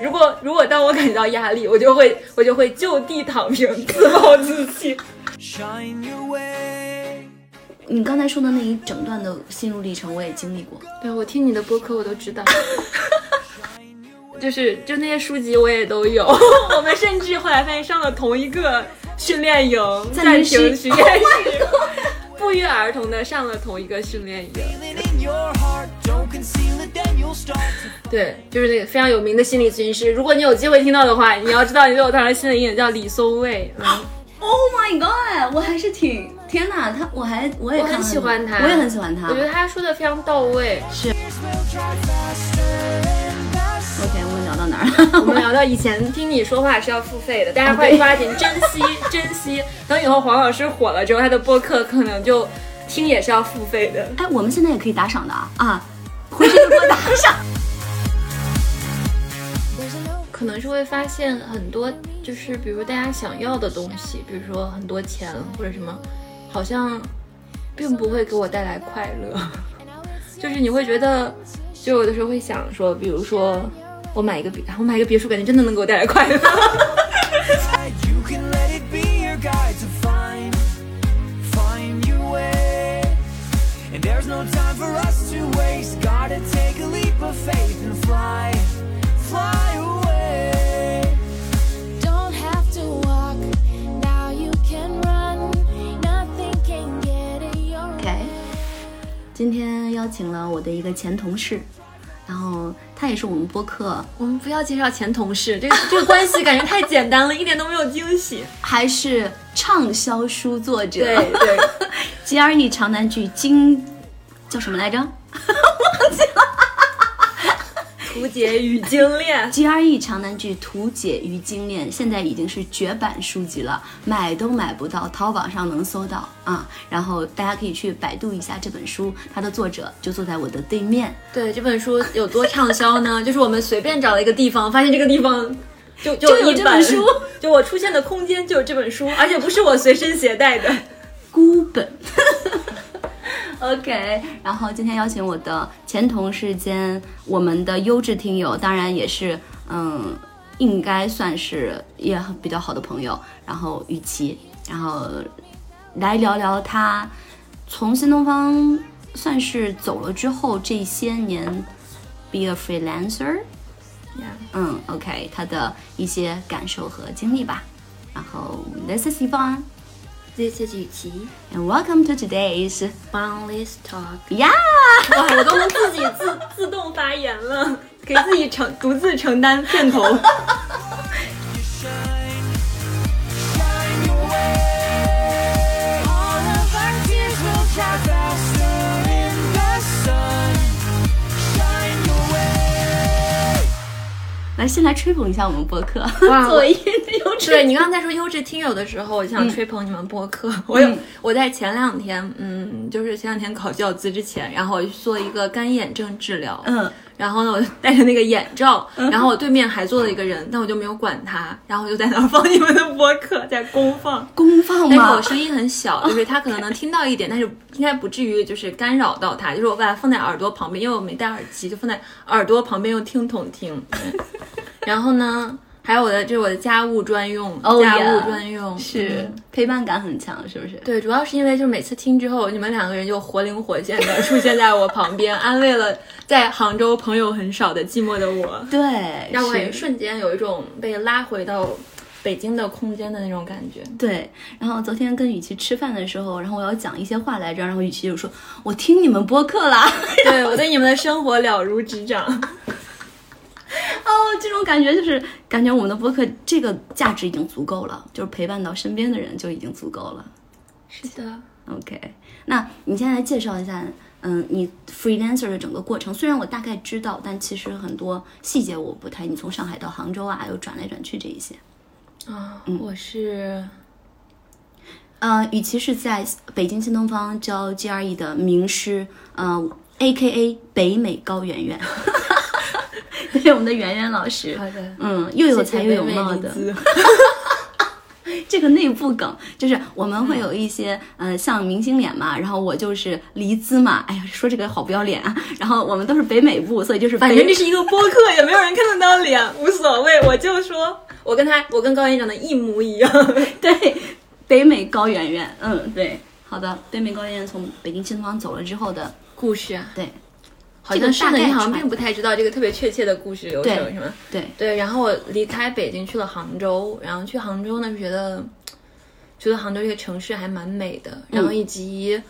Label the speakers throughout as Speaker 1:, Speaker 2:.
Speaker 1: 如果如果当我感觉到压力，我就会 我就会就地躺平，自暴自弃。
Speaker 2: 你刚才说的那一整段的心路历程，我也经历过。
Speaker 1: 对，我听你的播客，我都知道。 就是就那些书籍我也都有， 我们甚至后来发现上了同一个训练营，暂停训练营， 不约而同的上了同一个训练营。对，就是那个非常有名的心理咨询师，如果你有机会听到的话，你要知道你对我当时心理阴影叫李松蔚，嗯
Speaker 2: Oh my god！我还是挺天哪，他我还我也
Speaker 1: 我
Speaker 2: 看
Speaker 1: 很
Speaker 2: 了
Speaker 1: 喜欢他，
Speaker 2: 我也很喜欢他。
Speaker 1: 我觉得他说的非常到位。
Speaker 2: OK，我们聊到哪儿
Speaker 1: 我们聊到以前听你说话是要付费的，大家快抓紧珍惜 珍惜。等以后黄老师火了之后，他的播客可能就听也是要付费的。
Speaker 2: 哎，我们现在也可以打赏的啊啊！回去就给我打赏。
Speaker 1: 可能是会发现很多，就是比如大家想要的东西，比如说很多钱或者什么，好像并不会给我带来快 乐。就是你会觉得，就有的时候会想说，比如说我买一个别，我买一个别墅，感觉真的能给我带来快乐。
Speaker 3: You can let it be your guide to find, find your way. And there's no time for us to waste. Gotta take a leap of faith and fly, fly away.
Speaker 4: Don't have to walk, now you can run. Nothing can get in your way.
Speaker 2: OK，今天邀请了我的一个前同事，然后他也是我们播客，
Speaker 1: 我们不要介绍前同事，这个这个关系感觉太简单了，一点都没有惊喜。
Speaker 2: 还是畅销书作者。
Speaker 1: 对对，
Speaker 2: GRE 长难句经叫什么来着
Speaker 1: 图解与精炼。
Speaker 2: ？GRE E 长难句图解与精炼，现在已经是绝版书籍了，买都买不到，淘宝上能搜到啊。然后大家可以去百度一下这本书，它的作者就坐在我的对面。
Speaker 1: 对这本书有多畅销呢？ 就是我们随便找了一个地方，发现这个地方 就就
Speaker 2: 就有
Speaker 1: 一
Speaker 2: 这本书，
Speaker 1: 就我出现的空间就有这本书，而且不是我随身携带 的。
Speaker 2: 孤本。OK，然后今天邀请我的前同事兼我们的优质听友，当然也是嗯，应该算是也很比较好的朋友，然后雨琦，然后来聊聊他从新东方算是走了之后这些年，be a freelancer，嗯，OK，他的一些感受和经历吧。然后，this is Yvonne。
Speaker 1: This is 雨琦
Speaker 2: And welcome to today's
Speaker 1: ，Fun Let's Talk。
Speaker 2: yeah，
Speaker 1: 哇，我都能自己自 自动发言了，给自己承独自承担片头。
Speaker 3: Find your way. All of our tears will dry faster in the sun. Shine your way.
Speaker 2: 来先来吹捧一下我们播客，
Speaker 1: 哇
Speaker 2: 作
Speaker 1: 我
Speaker 2: 为优质
Speaker 1: 对你刚才说优质听友的时候，我就想吹捧你们播客。 我有我在前两天，嗯，就是前两天考教资之前，然后我去做一个干眼症治疗，
Speaker 2: 嗯，
Speaker 1: 然后呢，我就戴着那个眼罩， 然后我对面还坐了一个人，但我就没有管他，然后我就在那儿放你们的播客，在公放。
Speaker 2: 公放
Speaker 1: 但是我
Speaker 2: 嘛，
Speaker 1: 声音很小，就是他可能能听到一点，但是 应该不至于就是干扰到他。就是我把它放在耳朵旁边，因为我没戴耳机，就放在耳朵旁边用听筒 听。对然后呢，还有我的这是我的家务专用
Speaker 2: Oh
Speaker 1: 家
Speaker 2: yeah
Speaker 1: 务专用
Speaker 2: 是
Speaker 1: 嗯
Speaker 2: 陪伴感很强，是不是？
Speaker 1: 对，主要是因为就是每次听之后，你们两个人就活灵活现的出现在我旁边，安慰了在杭州朋友很少的寂寞的 我，
Speaker 2: 对，
Speaker 1: 让我也
Speaker 2: 是
Speaker 1: 瞬间有一种被拉回到北京的空间的那种感觉。
Speaker 2: 对。然后昨天跟雨琦吃饭的时候，然后我要讲一些话来着，然后雨琦就说：“我听你们播客 哦啦。
Speaker 1: 对我对你们的生活了如指掌。”
Speaker 2: 哦，这种感觉就是感觉我们的播客这个价值已经足够了，就是陪伴到身边的人就已经足够了。
Speaker 1: 是的，
Speaker 2: OK，那你先来介绍一下，嗯，你 freelancer 的整个过程。虽然我大概知道，但其实很多细节我不太。你从上海到杭州啊，又转来转去这一些。
Speaker 1: 啊、我是
Speaker 2: 嗯、与其是在北京新东方教 GRE 的名师，嗯、a k a 北美高圆 圆，对，我们的圆圆老师，
Speaker 1: 好的，
Speaker 2: 嗯，又有才又有
Speaker 1: 美
Speaker 2: 貌
Speaker 1: 丽
Speaker 2: 的，
Speaker 1: 姿
Speaker 2: 这个内部梗就是我们
Speaker 1: 嗯
Speaker 2: 会有一些，呃，像明星脸嘛，然后我就是黎姿嘛，哎呀，说这个好不要脸啊。 然后我们都是北美部，所以就 是
Speaker 1: 反
Speaker 2: 北
Speaker 1: 正这是一个播客，也没有人看得到脸，无所谓。我就说，我跟他，我跟高岩长得一模一样。
Speaker 2: 对北美高圆圆，嗯，对，好的，北美高圆圆从北京青铜坊走了之后的，
Speaker 1: 故事啊，
Speaker 2: 对
Speaker 1: 好像是
Speaker 2: 这个
Speaker 1: 的，
Speaker 2: 大概
Speaker 1: 你好像
Speaker 2: 传
Speaker 1: 并不太知道这个特别确切的故事流程
Speaker 2: 对
Speaker 1: 是吗？
Speaker 2: 对，
Speaker 1: 对，然后我离开北京去了杭州，然后去杭州呢，觉得觉得杭州这个城市还蛮美的，然后
Speaker 2: 嗯
Speaker 1: 以及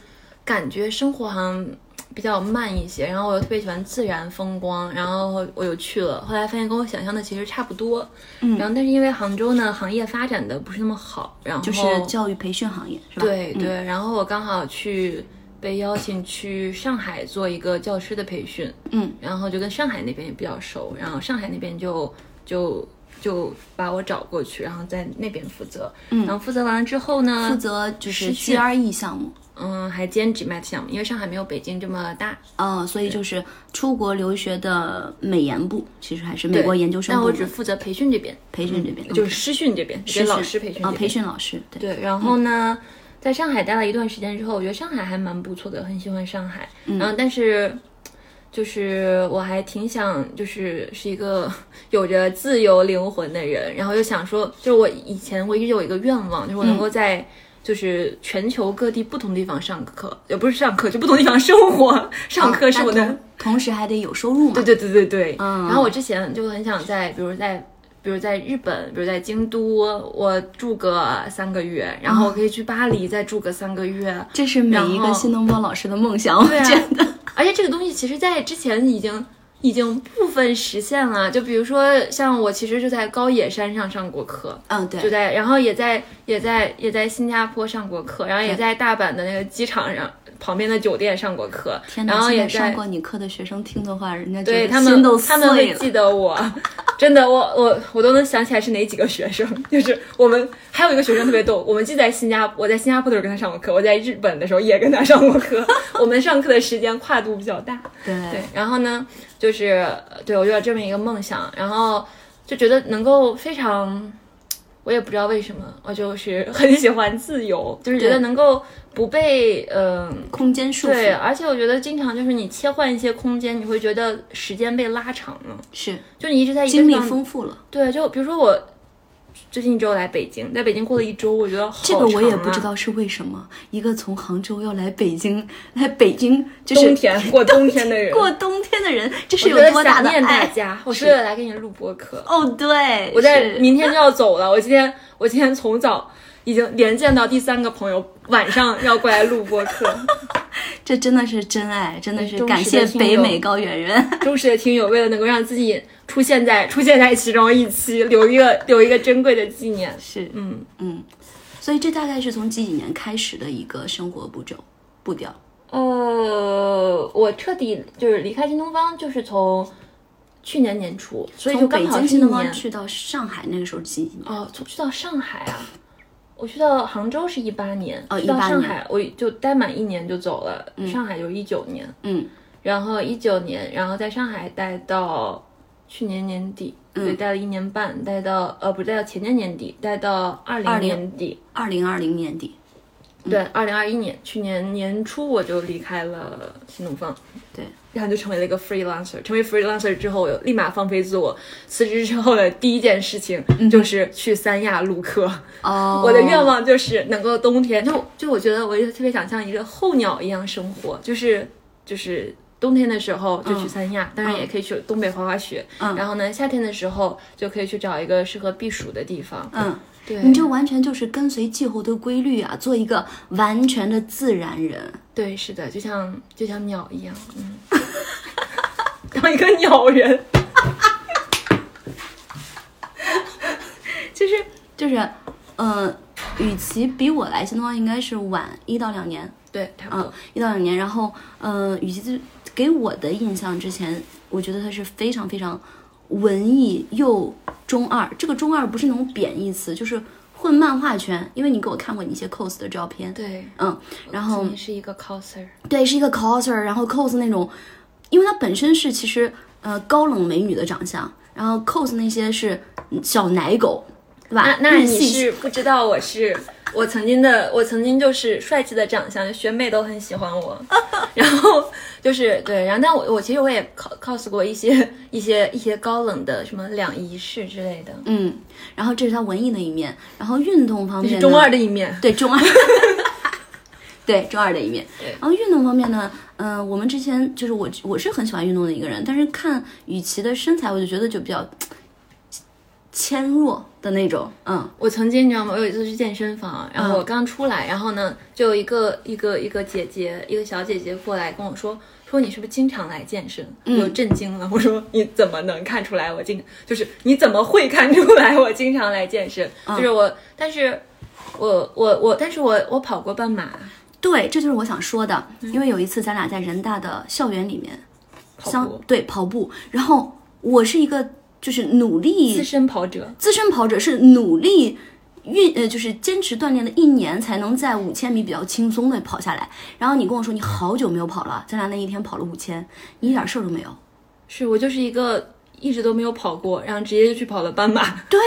Speaker 1: 感觉生活好像比较慢一些，然后我又特别喜欢自然风光，然后我又去了，后来发现跟我想象的其实差不多，嗯，然后但是因为杭州呢行业发展的不是那么好，然后
Speaker 2: 就是教育培训行业是吧？
Speaker 1: 对
Speaker 2: 嗯
Speaker 1: 对，然后我刚好去被邀请去上海做一个教师的培训，
Speaker 2: 嗯，
Speaker 1: 然后就跟上海那边也比较熟，然后上海那边就就就把我找过去，然后在那边负责，嗯，然后负责完了之后呢，
Speaker 2: 负责就是
Speaker 1: 师训
Speaker 2: GRE 项目，
Speaker 1: 嗯还兼职 MAT 项目，因为上海没有北京这么大，
Speaker 2: 嗯，所以就是出国留学的美研部，其实还是美
Speaker 1: 对
Speaker 2: 国研究生
Speaker 1: 但
Speaker 2: 部
Speaker 1: 我
Speaker 2: 门
Speaker 1: 只负责培训这边，
Speaker 2: 培训这边，
Speaker 1: 就是
Speaker 2: 嗯
Speaker 1: 师训这边，给
Speaker 2: 师
Speaker 1: 老师培训这
Speaker 2: 啊，
Speaker 1: 边
Speaker 2: 培训老师，对，
Speaker 1: 对，然后呢，在上海待了一段时间之后，我觉得上海还蛮不错的，很喜欢上海。然后，但是就是我还挺想，就是是一个 有着自由灵魂的人，然后又想说，就是我以前我一直有一个愿望，就是我能够在。就是全球各地不同地方上课，也不是上课，就不同地方生活。上课是
Speaker 2: 哦那
Speaker 1: 我的
Speaker 2: 同同时还得有收入嘛，
Speaker 1: 对对对对对。
Speaker 2: 嗯
Speaker 1: 然后我之前就很想在，比如在，比如在日本，比如在京都，我住个三个月，然后我可以去巴黎再住个三个月。
Speaker 2: 这是每一
Speaker 1: 然后
Speaker 2: 个新东坡老师的梦想，我
Speaker 1: 对啊
Speaker 2: 觉得。
Speaker 1: 而且这个东西其实在之前已经。已经部分实现了，就比如说像我其实就在高野山上上过课，
Speaker 2: 嗯，
Speaker 1: 就
Speaker 2: 对，
Speaker 1: 在然后也在也在也在新加坡上过课，然后也
Speaker 2: 对
Speaker 1: 在大阪的那个机场上旁边的酒店上过课，
Speaker 2: 天
Speaker 1: 然后
Speaker 2: 现
Speaker 1: 也
Speaker 2: 在
Speaker 1: 在
Speaker 2: 上过你课的学生听的话，人家觉
Speaker 1: 对
Speaker 2: 得
Speaker 1: 他
Speaker 2: 心
Speaker 1: 们
Speaker 2: 都，
Speaker 1: 他们
Speaker 2: 碎
Speaker 1: 会
Speaker 2: 了。
Speaker 1: 记得我， 真的，我我我都能想起来是哪几个学生。 就是我们还有一个学生特别逗，我们既在新加我在新加坡的时候跟他上过课，我在日本的时候也跟他上过课。 我们上课的时间跨度比较大。对
Speaker 2: 对，，
Speaker 1: 然后呢，就是呃对我就有这么一个梦想，然后就觉得能够非常，我也不知道为什么，我就是很喜欢自由，就是觉
Speaker 2: 对
Speaker 1: 得能够不被嗯。
Speaker 2: 空间束
Speaker 1: 对，啊
Speaker 2: 缚
Speaker 1: 而且我觉得经常就是你切换一些空间，你会觉得时间被拉长了，
Speaker 2: 是
Speaker 1: 就你一直在一个
Speaker 2: 经历
Speaker 1: 地方
Speaker 2: 丰富了。
Speaker 1: 对，就比如说我最近一周来北京，在北京过了一周，我觉得好
Speaker 2: 这个我也
Speaker 1: 长啊
Speaker 2: 不知。道是为什么，一个从杭州要来北京，来北京就是
Speaker 1: 冬天过冬天的人，
Speaker 2: 过冬天的人，这
Speaker 1: 我
Speaker 2: 是
Speaker 1: 觉
Speaker 2: 有
Speaker 1: 得
Speaker 2: 多大
Speaker 1: 想
Speaker 2: 的
Speaker 1: 念大
Speaker 2: 爱？
Speaker 1: 家，我
Speaker 2: 是
Speaker 1: 是为了来给你录播 客。
Speaker 2: 哦，对，
Speaker 1: 我在
Speaker 2: 是
Speaker 1: 明天就要走了，我今天我今天从早已经连见到第三个朋友，晚上要过来录播客。
Speaker 2: 这真的是真爱，真的
Speaker 1: 对
Speaker 2: 是
Speaker 1: 忠
Speaker 2: 感
Speaker 1: 实的
Speaker 2: 谢
Speaker 1: 听
Speaker 2: 北
Speaker 1: 众
Speaker 2: 美高 原人。
Speaker 1: 忠实的听友为了能够让自己出现在出现在其中一期，留一个留一个珍贵的纪念。
Speaker 2: 是，
Speaker 1: 嗯，
Speaker 2: 嗯，所以这大概是从几几年开始的一个生活步骤步调。
Speaker 1: 呃，我彻底就是离开新东方，就是从去年年初，所以就
Speaker 2: 从
Speaker 1: 刚
Speaker 2: 北
Speaker 1: 好
Speaker 2: 京
Speaker 1: 是
Speaker 2: 新
Speaker 1: 一
Speaker 2: 东方
Speaker 1: 年。
Speaker 2: 去到上海那个时候几几年？
Speaker 1: 哦，从去到上海啊，我去到杭州是一八年，
Speaker 2: 哦
Speaker 1: 去到
Speaker 2: 18
Speaker 1: 上
Speaker 2: 年
Speaker 1: 海我就待满一年就走了，上海就一九年，
Speaker 2: 嗯，
Speaker 1: 然后一九年，然后在上海待到去年年底，所
Speaker 2: 嗯
Speaker 1: 以待了一年半，待到呃不是待到前年年底，待到二零
Speaker 2: 20
Speaker 1: 年底，
Speaker 2: 二零二零年底。
Speaker 1: 对，二零二一年去年年初我就离开了新东方，
Speaker 2: 对，
Speaker 1: 然后就成为了一个 freelancer。成为 freelancer 之后，我立马放飞自我。辞职之后的第一件事情就是去三亚录课。
Speaker 2: 哦，
Speaker 1: 我的愿望就是能够冬天，就就我觉得我就特别想像一个候鸟一样生活，就是就是。冬天的时候就去三亚，当然也可以去东北滑滑雪。
Speaker 2: 嗯
Speaker 1: 然后呢，夏天的时候就可以去找一个适合避暑的地方。
Speaker 2: 嗯，
Speaker 1: 对，
Speaker 2: 你就完全就是跟随气候的规律啊，做一个完全的自然人。
Speaker 1: 对，是的，就像就像鸟一样，嗯， 当一个鸟人。
Speaker 2: 就是就是，呃，与其比我来新东方应该是晚一到两年，
Speaker 1: 对，差不
Speaker 2: 嗯
Speaker 1: 多。，
Speaker 2: 一到两年。然后，呃，与其就给我的印象之前，我觉得他是非常非常文艺又中二。这个中二不是那种贬义词，就是混漫画圈，因为你给我看过你一些 cos 的照片，，
Speaker 1: 对，
Speaker 2: 嗯，然后
Speaker 1: 自己是一个 coser，
Speaker 2: 对，是一个 coser，然后 cos 那种，因为她本身是其实呃高冷美女的长相，然后 cos 那些是小奶狗，对吧？
Speaker 1: 啊那那
Speaker 2: 日
Speaker 1: 嗯你
Speaker 2: 系
Speaker 1: 是不知道我是我曾经的我曾经就是帅气的长相，学妹都很喜欢我， 然后就是对，然后但我我其实我也 cos cos 过一些一些一些高冷的什么两仪式之类的，
Speaker 2: 嗯，然后这是他文艺的一面，然后运动方
Speaker 1: 这
Speaker 2: 面
Speaker 1: 是
Speaker 2: 呢
Speaker 1: 中二的一面。
Speaker 2: 对中二， 对中二的一面
Speaker 1: 对。
Speaker 2: 然后运动方面呢，嗯、我们之前就是我我是很喜欢运动的一个人，但是看雨琦的身材，我就觉得就比较纤弱的那种，嗯
Speaker 1: 我曾经你知道吗？我有一次去健身房，然后
Speaker 2: 嗯
Speaker 1: 我刚出来，然后呢，就有一个一个一个姐姐，一个小姐姐过来跟我说，说你是不是经常来健身？我就震惊了，我说你怎么能看出来我经，就是你怎么会看出来我经常来健身？就是我，但是我我我，但是我我跑过半马，
Speaker 2: 对，这就是我想说的，因为有一次咱俩在人大的校园里面
Speaker 1: 嗯跑
Speaker 2: 相
Speaker 1: 步，
Speaker 2: 对跑步，然后我是一个就是努力
Speaker 1: 资深跑者，
Speaker 2: 资深跑者是努力运呃，就是坚持锻炼了一年，才能在五千米比较轻松的跑下来。然后你跟我说你好久没有跑了，咱俩那一天跑了五千，你一点事儿都没有。
Speaker 1: 是我就是一个一直都没有跑过，然后直接就去跑了半马。
Speaker 2: 对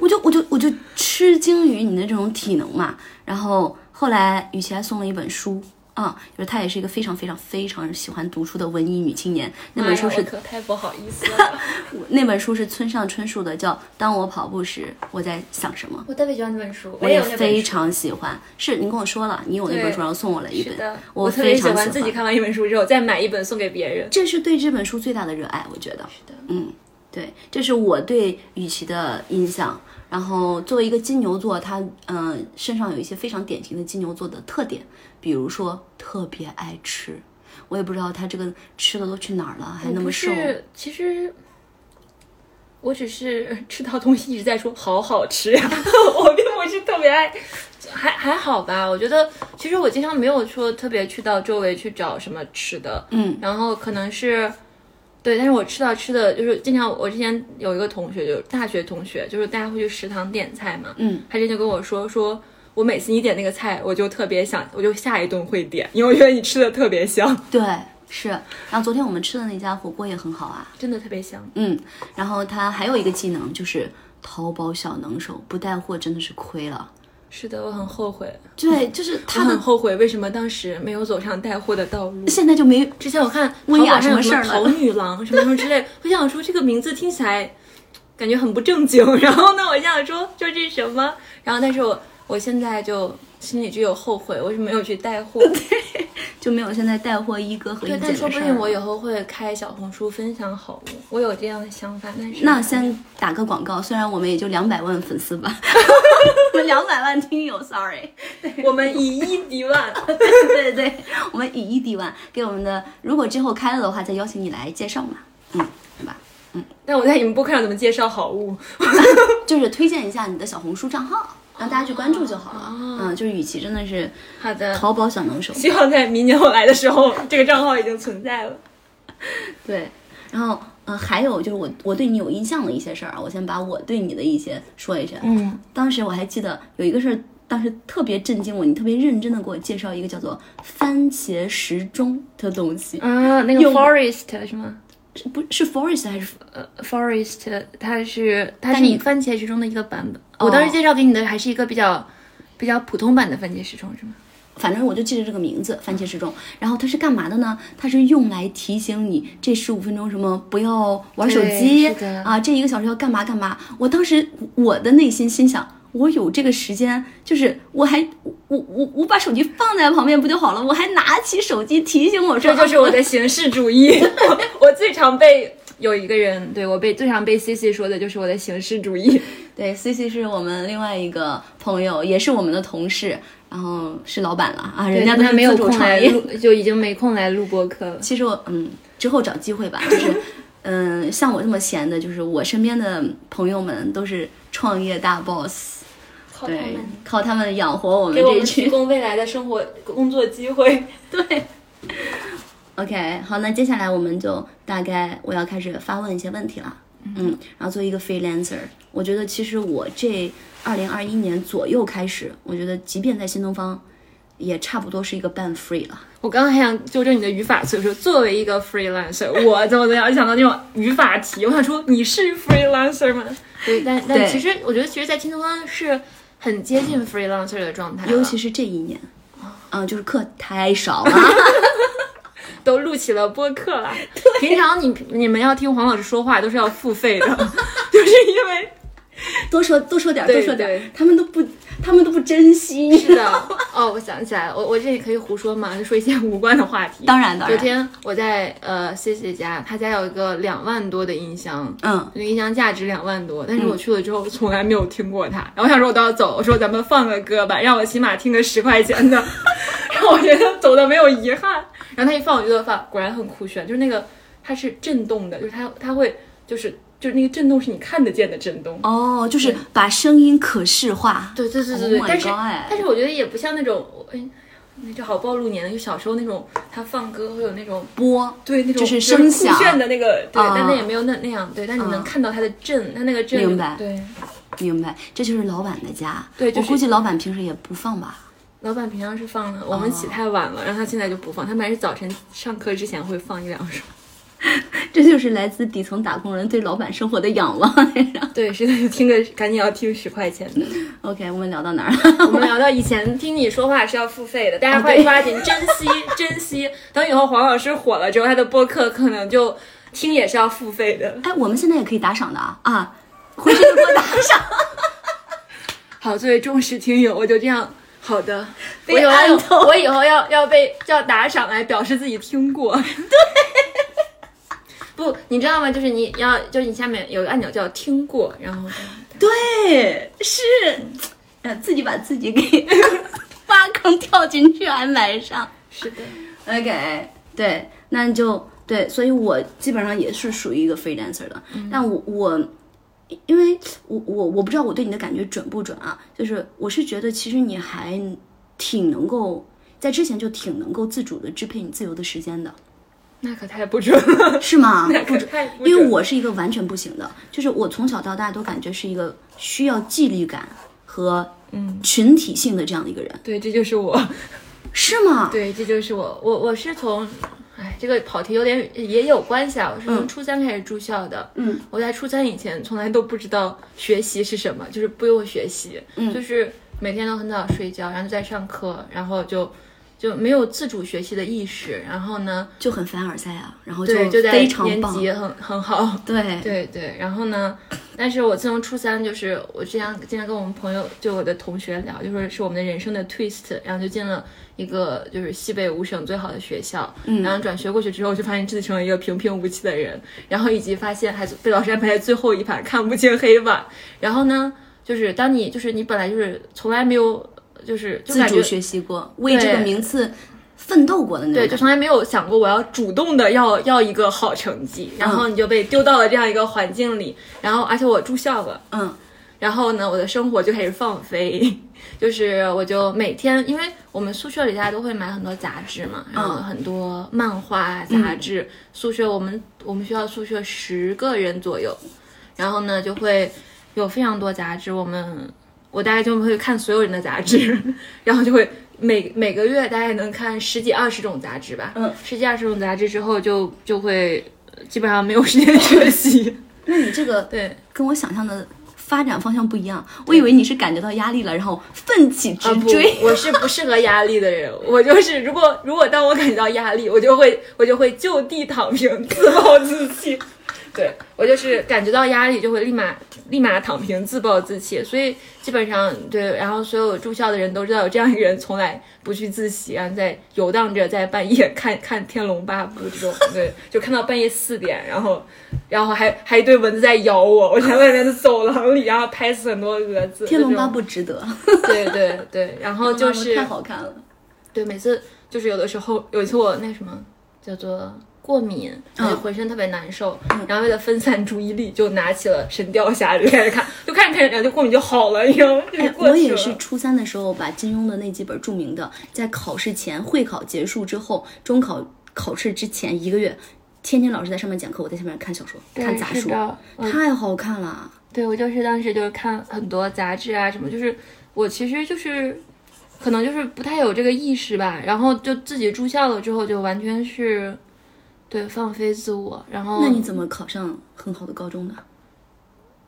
Speaker 2: 我就我就我就吃惊于你的这种体能嘛。然后后来雨琦还送了一本书。啊、就是她也是一个非常非常非常喜欢读书的文艺女青年。那本书
Speaker 1: 哎
Speaker 2: 是
Speaker 1: 呀我可太不好意思了，
Speaker 2: 那本书是村上春树的，叫《当我跑步时，我在想什么》。
Speaker 1: 我特别喜欢那本书，
Speaker 2: 我
Speaker 1: 也
Speaker 2: 也
Speaker 1: 有那本
Speaker 2: 非
Speaker 1: 书
Speaker 2: 常喜欢，是你跟我说了，你有那本
Speaker 1: 对
Speaker 2: 书，然后送我了一
Speaker 1: 是
Speaker 2: 本
Speaker 1: 的，，
Speaker 2: 我
Speaker 1: 特别
Speaker 2: 非
Speaker 1: 喜
Speaker 2: 常
Speaker 1: 欢自己看完一本书之后再买一本送给别人。
Speaker 2: 这是对这本书最大的热爱，我觉得。是
Speaker 1: 的
Speaker 2: 嗯，对，这是我对雨琦的印象。然后作为一个金牛座，他嗯、呃身上有一些非常典型的金牛座的特点，比如说特别爱吃，我也不知道他这个吃的都去哪儿了，还那么瘦
Speaker 1: 我。不是，其实我只是 吃到东西一直在说好好吃呀， 我并不是特别爱，还还好吧。我觉得其实我经常没有说特别去到周围去找什么吃的，
Speaker 2: 嗯
Speaker 1: 然后可能是。对，但是我吃到吃的就是经常，我之前有一个同学，就是大学同学，就是大家会去食堂点菜嘛，
Speaker 2: 嗯，
Speaker 1: 他之前就跟我说，说我每次你点那个菜，我就特别想，我就下一顿会点，因为我觉得你吃的特别香，
Speaker 2: 对，是。然后昨天我们吃的那家火锅也很好啊。
Speaker 1: 真的特别香。
Speaker 2: 嗯，然后他还有一个技能就是淘宝小能手，不带货真的是亏了。嗯
Speaker 1: 是的，我很后悔，
Speaker 2: 对，就是
Speaker 1: 我
Speaker 2: 他
Speaker 1: 很
Speaker 2: 的
Speaker 1: 后悔为什么当时没有走上带货的道路。
Speaker 2: 现在就没
Speaker 1: 之前我看
Speaker 2: 薇娅
Speaker 1: 淘宝上有
Speaker 2: 什么事儿了
Speaker 1: 桃女郎什么什么之类，我想说这个名字听起来感觉很不正经， 然后呢，我想说就这是什么，然后但是我我现在就心里就有后悔，为什么没有去带货。
Speaker 2: 就没有现在带货一哥和一姐
Speaker 1: 对，
Speaker 2: 的
Speaker 1: 但
Speaker 2: 事
Speaker 1: 说
Speaker 2: 儿
Speaker 1: 不定
Speaker 2: 了
Speaker 1: 我以后会开小红书分享好物，我有这样的想法，但是
Speaker 2: 那先打个广告，虽然我们也就两百万粉丝 吧，我们两百万听友，sorry。
Speaker 1: 我们以一敌 万。
Speaker 2: 对对对，我们以一敌万，给我们的如果之后开了的话，再邀请你来介绍嘛，嗯，对吧？
Speaker 1: 但我在你们播客上怎么介绍好物？
Speaker 2: 就是推荐一下你的小红书账号，让大家去关注就好了。
Speaker 1: 哦
Speaker 2: 嗯，就是雨琦真的是
Speaker 1: 好的，
Speaker 2: 淘宝小能手。
Speaker 1: 希望在明年我来的时候，这个账号已经存在了。
Speaker 2: 对，然后呃，还有就是我我对你有印象的一些事儿啊，我先把我对你的一些说一下。
Speaker 1: 嗯，
Speaker 2: 当时我还记得有一个事儿，当时特别震惊我，你特别认真的给我介绍一个叫做番茄时钟的东西，
Speaker 1: 啊，那个
Speaker 2: 用
Speaker 1: Forest 是吗？
Speaker 2: 是不是 Forest 还是
Speaker 1: 呃，Forest 它是它是
Speaker 2: 但你
Speaker 1: 你番茄时钟的一个版本。
Speaker 2: 哦
Speaker 1: 我当时介绍给你的还是一个比较比较普通版的番茄时钟是吗？
Speaker 2: 反正我就记着这个名字，番茄时钟。然后它是干嘛的呢？它是用来提醒你这十五分钟什么不要玩手机
Speaker 1: 对是的
Speaker 2: 啊，这一个小时要干嘛干嘛。我当时我的内心心想。我有这个时间，就是我还我我我把手机放在旁边不就好了？我还拿起手机提醒我说，
Speaker 1: 这就是我的形式主义。 我我最常被有一个人对我被最常被 C C 说的就是我的形式主义。
Speaker 2: 对，C C 是我们另外一个朋友，也是我们的同事，然后是老板了啊，人家都
Speaker 1: 对他
Speaker 2: 是
Speaker 1: 没有
Speaker 2: 自主
Speaker 1: 空
Speaker 2: 创
Speaker 1: 来
Speaker 2: 业。
Speaker 1: 录，就已经没空来录播客了。
Speaker 2: 其实我嗯，之后找机 会吧，就是嗯，像我这么闲的，就是我身边的朋友们都是创业大 boss，
Speaker 1: 靠他
Speaker 2: 对
Speaker 1: 们，
Speaker 2: 靠他们养活我们
Speaker 1: 给我
Speaker 2: 这
Speaker 1: 们
Speaker 2: 一
Speaker 1: 提
Speaker 2: 群。
Speaker 1: 供未来的生活工作机会。
Speaker 2: 对。OK，好，那接下来我们就大概我要开始发问一些问题了。嗯，然后作为一个 freelancer，我觉得其实我这二零二一年左右开始，我觉得即便在新东方，也差不多是一个半 free 了。
Speaker 1: 我刚刚还想纠正你的语法，所以说作为一个 freelancer，我 怎么怎么样，就想到那种语法题，我想说你是 freelancer 吗？对，但但
Speaker 2: 对
Speaker 1: 其实我觉得，其实，在青铜湾是很接近 freelancer 的状态了，
Speaker 2: 尤其是这一年，
Speaker 1: 哦
Speaker 2: 嗯，就是课太 少了，
Speaker 1: 都录起了播客了。平常你你们要听黄老师说话都是要付费 的，就是因为
Speaker 2: 多说多说点儿，
Speaker 1: 对
Speaker 2: 多说点
Speaker 1: 对
Speaker 2: 儿，他们都不，他们都不珍惜。
Speaker 1: 是的， 哦，我想起来了，我我这里可以胡说嘛，就说一些无关的话题。
Speaker 2: 当然当然
Speaker 1: 昨天我在呃 C C 家，他家有一个两万多的音箱，
Speaker 2: 嗯
Speaker 1: 那个音箱价值两万多，但是我去了之后从来没有听过它。然后我想说我都要走，我说咱们放个歌吧，让我起码听个十块钱的， 让我觉得走的没有遗憾。然后他一放，我就放，果然很酷炫，就是那个它是震动的，就是它它会就是就是那个震动是你看得见的震动。
Speaker 2: 哦，就是把声音可视化。
Speaker 1: 对对对对对
Speaker 2: Oh my
Speaker 1: 但是
Speaker 2: God 哎
Speaker 1: 但是我觉得也不像那种，哎，那就好暴露年龄，就小时候那种他放歌会有那种。
Speaker 2: 播，
Speaker 1: 对，那种
Speaker 2: 就是声
Speaker 1: 是
Speaker 2: 响
Speaker 1: 酷炫的那个，对，
Speaker 2: 啊
Speaker 1: 但那也没有那那样，对，但你能
Speaker 2: 啊
Speaker 1: 看到它的震，它那个震，
Speaker 2: 明白
Speaker 1: 对，
Speaker 2: 明白？这就是老板的家。
Speaker 1: 对就是
Speaker 2: 我估计老板平时也不放吧。
Speaker 1: 老板平常是放的，我们起太晚了，然后他现在就不放，他们还是早晨上课之前会放一两首。
Speaker 2: 这就是来自底层打工人对老板生活的仰望。
Speaker 1: 对，实在是听个赶紧要听十块钱的。
Speaker 2: OK，我们聊到哪儿了？
Speaker 1: 我们聊到以前听你说话是要付费的，啊大家快抓紧珍惜 珍惜，等以后黄老师火了之后，他的播客可能就听也是要付费的。
Speaker 2: 哎，我们现在也可以打赏的啊啊！ 回去就给我打赏。
Speaker 1: 好，作为忠实听友，我就这样。好的，我
Speaker 2: 被
Speaker 1: 以
Speaker 2: 按
Speaker 1: 后
Speaker 2: 头
Speaker 1: 我以后要要被叫打赏来表示自己听过。 对，不，你知道吗？就是你要，就是你下面有个按钮叫听过，然后
Speaker 2: 对，是，呃，自己把自己给 挖坑跳进去还埋上。
Speaker 1: 是的，
Speaker 2: OK，对，那就对，所以我基本上也是属于一个 freelancer 的，
Speaker 1: 嗯
Speaker 2: 但我我。因为我我我不知道我对你的感觉准不准啊，就是我是觉得其实你还挺能够在之前就挺能够自主的支配你自由的时 间的，
Speaker 1: 那可太不准了，
Speaker 2: 是吗？
Speaker 1: 那可太不准了。
Speaker 2: 因为我是一个完全不行的，就是我从小到大都感觉是一个需要纪律感和
Speaker 1: 嗯
Speaker 2: 群体性的这样的一个人，
Speaker 1: 对，这就是我。
Speaker 2: 是吗？
Speaker 1: 对，这就是我，我我是从，哎，这个跑题有点也有关系啊。我是从
Speaker 2: 嗯
Speaker 1: 初三开始住校的，
Speaker 2: 嗯，
Speaker 1: 我在初三以前从来都不知道学习是什么，就是不用学习，
Speaker 2: 嗯
Speaker 1: 就是每天都很早睡觉，然后就在上课，然后就就没有自主学习的意识，然后呢，
Speaker 2: 就很凡尔赛啊，然后
Speaker 1: 对，就在
Speaker 2: 非常
Speaker 1: 年
Speaker 2: 棒，
Speaker 1: 级很很好，
Speaker 2: 对
Speaker 1: 对对，然后呢？但是我自从初三，就是我之前经常跟我们朋友，就我的同学聊，就说是我们的人生的 twist，然后就进了一个就是西北五省最好的学校，
Speaker 2: 嗯
Speaker 1: 然后转学过去之后，就发现自己成为一个平平无奇的人，然后以及发现还被老师安排在最后一排，看不清黑板。然后呢，就是当你就是你本来就是从来没有就是就
Speaker 2: 自
Speaker 1: 感
Speaker 2: 主
Speaker 1: 觉
Speaker 2: 学习过，为这个名次奋斗过的那种
Speaker 1: 对，
Speaker 2: 感
Speaker 1: 就
Speaker 2: 觉。
Speaker 1: 从来没有想过我要主动的要要一个好成绩，
Speaker 2: 嗯
Speaker 1: 然后你就被丢到了这样一个环境里，然后而且我住校了。
Speaker 2: 嗯，
Speaker 1: 然后呢，我的生活就开始放飞， 就是我就每天，因为我们宿舍里大家都会买很多杂志嘛，然后很多漫画啊杂志。宿舍我们我们学校宿舍十个人左右，然后呢就会有非常多杂志，我们我大概就会看所有人的杂志， 然后就会每每个月大概能看十几二十种杂志吧，
Speaker 2: 嗯，
Speaker 1: 十几二十种杂志之后就就会呃基本上没有时间 学习，
Speaker 2: 那你这个
Speaker 1: 对。
Speaker 2: 跟我想象的发展方向不一样，我以为你是感觉到压力了，然后奋起直
Speaker 1: 啊不
Speaker 2: 追。，
Speaker 1: 我是不适合压力的人。我就是，如果如果当我感觉到压力，我就会我就会就地躺平，自暴自弃。对我就是感觉到压力就会立马立马躺平，自暴自弃。所以基本上对，然后所有住校的人都知道有这样一个人，从来不去自习，然后在游荡着在半夜看看《天龙八部》这种，对，就看到半夜四点，然后然后还还一堆蚊子在咬我，我想在那个走廊里，然后拍死很多蛾子。
Speaker 2: 天龙
Speaker 1: 就这
Speaker 2: 八
Speaker 1: 种
Speaker 2: 部 值得，
Speaker 1: 对对对，然后哦就是
Speaker 2: 太好看 了。
Speaker 1: 对，每次就是有的时候，有一次我那什么叫做过敏，
Speaker 2: 嗯
Speaker 1: 我就浑身特别难受，然后为了分散注意力，就拿起了《神雕侠侣》开始看，就看着看着，然后就过敏就好了，你知道吗？就是
Speaker 2: 哎，
Speaker 1: 过
Speaker 2: 我
Speaker 1: 去
Speaker 2: 也
Speaker 1: 了。
Speaker 2: 是初三的时候把金庸的那几本著名的，在考试前、会考结束之后、中考考试之前一个月，天天老师在上面讲课，我在下面看小说、看杂
Speaker 1: 是
Speaker 2: 书，
Speaker 1: 的嗯
Speaker 2: 太好看了。
Speaker 1: 对我就是当时就是看很多杂志啊什么，就是我其实就是可能就是不太有这个意识吧，然后就自己住校了之后，就完全是对放飞自我，然后
Speaker 2: 那你怎么考上很好的高中的？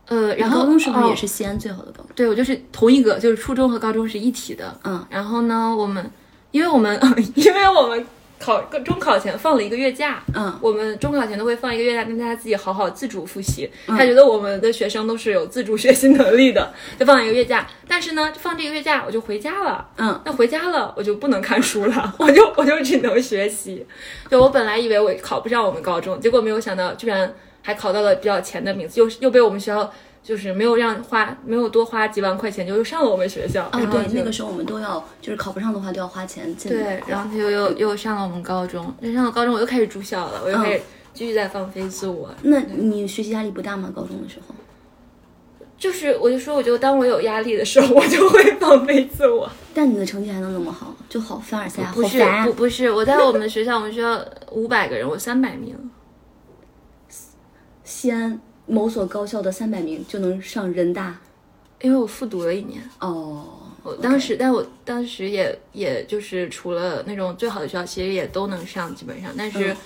Speaker 1: 呃，然后
Speaker 2: 高中是不是也是
Speaker 1: 哦
Speaker 2: 西安最好的高中？
Speaker 1: 对我就是同一个，就是初中和高中是一体的，
Speaker 2: 嗯
Speaker 1: 然后呢，我们因为我们 因为我们考中考前放了一个月假，
Speaker 2: 嗯
Speaker 1: 我们中考前都会放一个月假，让大家自己好好自主复习。
Speaker 2: 嗯
Speaker 1: 他觉得我们的学生都是有自主学习能力的，就放了一个月假。但是呢，放这个月假我就回家了。
Speaker 2: 嗯
Speaker 1: 那回家了，我就不能看书了， 我就我就只能学习。就我本来以为我考不上我们高中，结果没有想到，居然还考到了比较前的名次，又是又被我们学校就是没有让花没有多花几万块钱，就又上了我们学校。
Speaker 2: 哦
Speaker 1: 然后
Speaker 2: 对，
Speaker 1: 就
Speaker 2: 那个时候我们都要就是考不上的话都要花钱进
Speaker 1: 对，然后他又又又上了我们高中，那上了高中我又开始住校了，我又
Speaker 2: 嗯
Speaker 1: 开始继续在放飞自我。
Speaker 2: 那你学习压力不大吗？高中的时候？
Speaker 1: 就是我就说，我觉得当我有压力的时候， 我就会放飞自我。
Speaker 2: 但你的成绩还能那么好，就好凡尔赛啊，好
Speaker 1: 不是
Speaker 2: 烦啊
Speaker 1: 不！不是，我在我们学校，我们学校五百个人，我三百名。
Speaker 2: 西安某所高校的三百名就能上人大
Speaker 1: 因为我复读了一年，
Speaker 2: 哦。
Speaker 1: 我当时但我当时也也就是除了那种最好的学校，其实也都能上，基本上。但是
Speaker 2: 嗯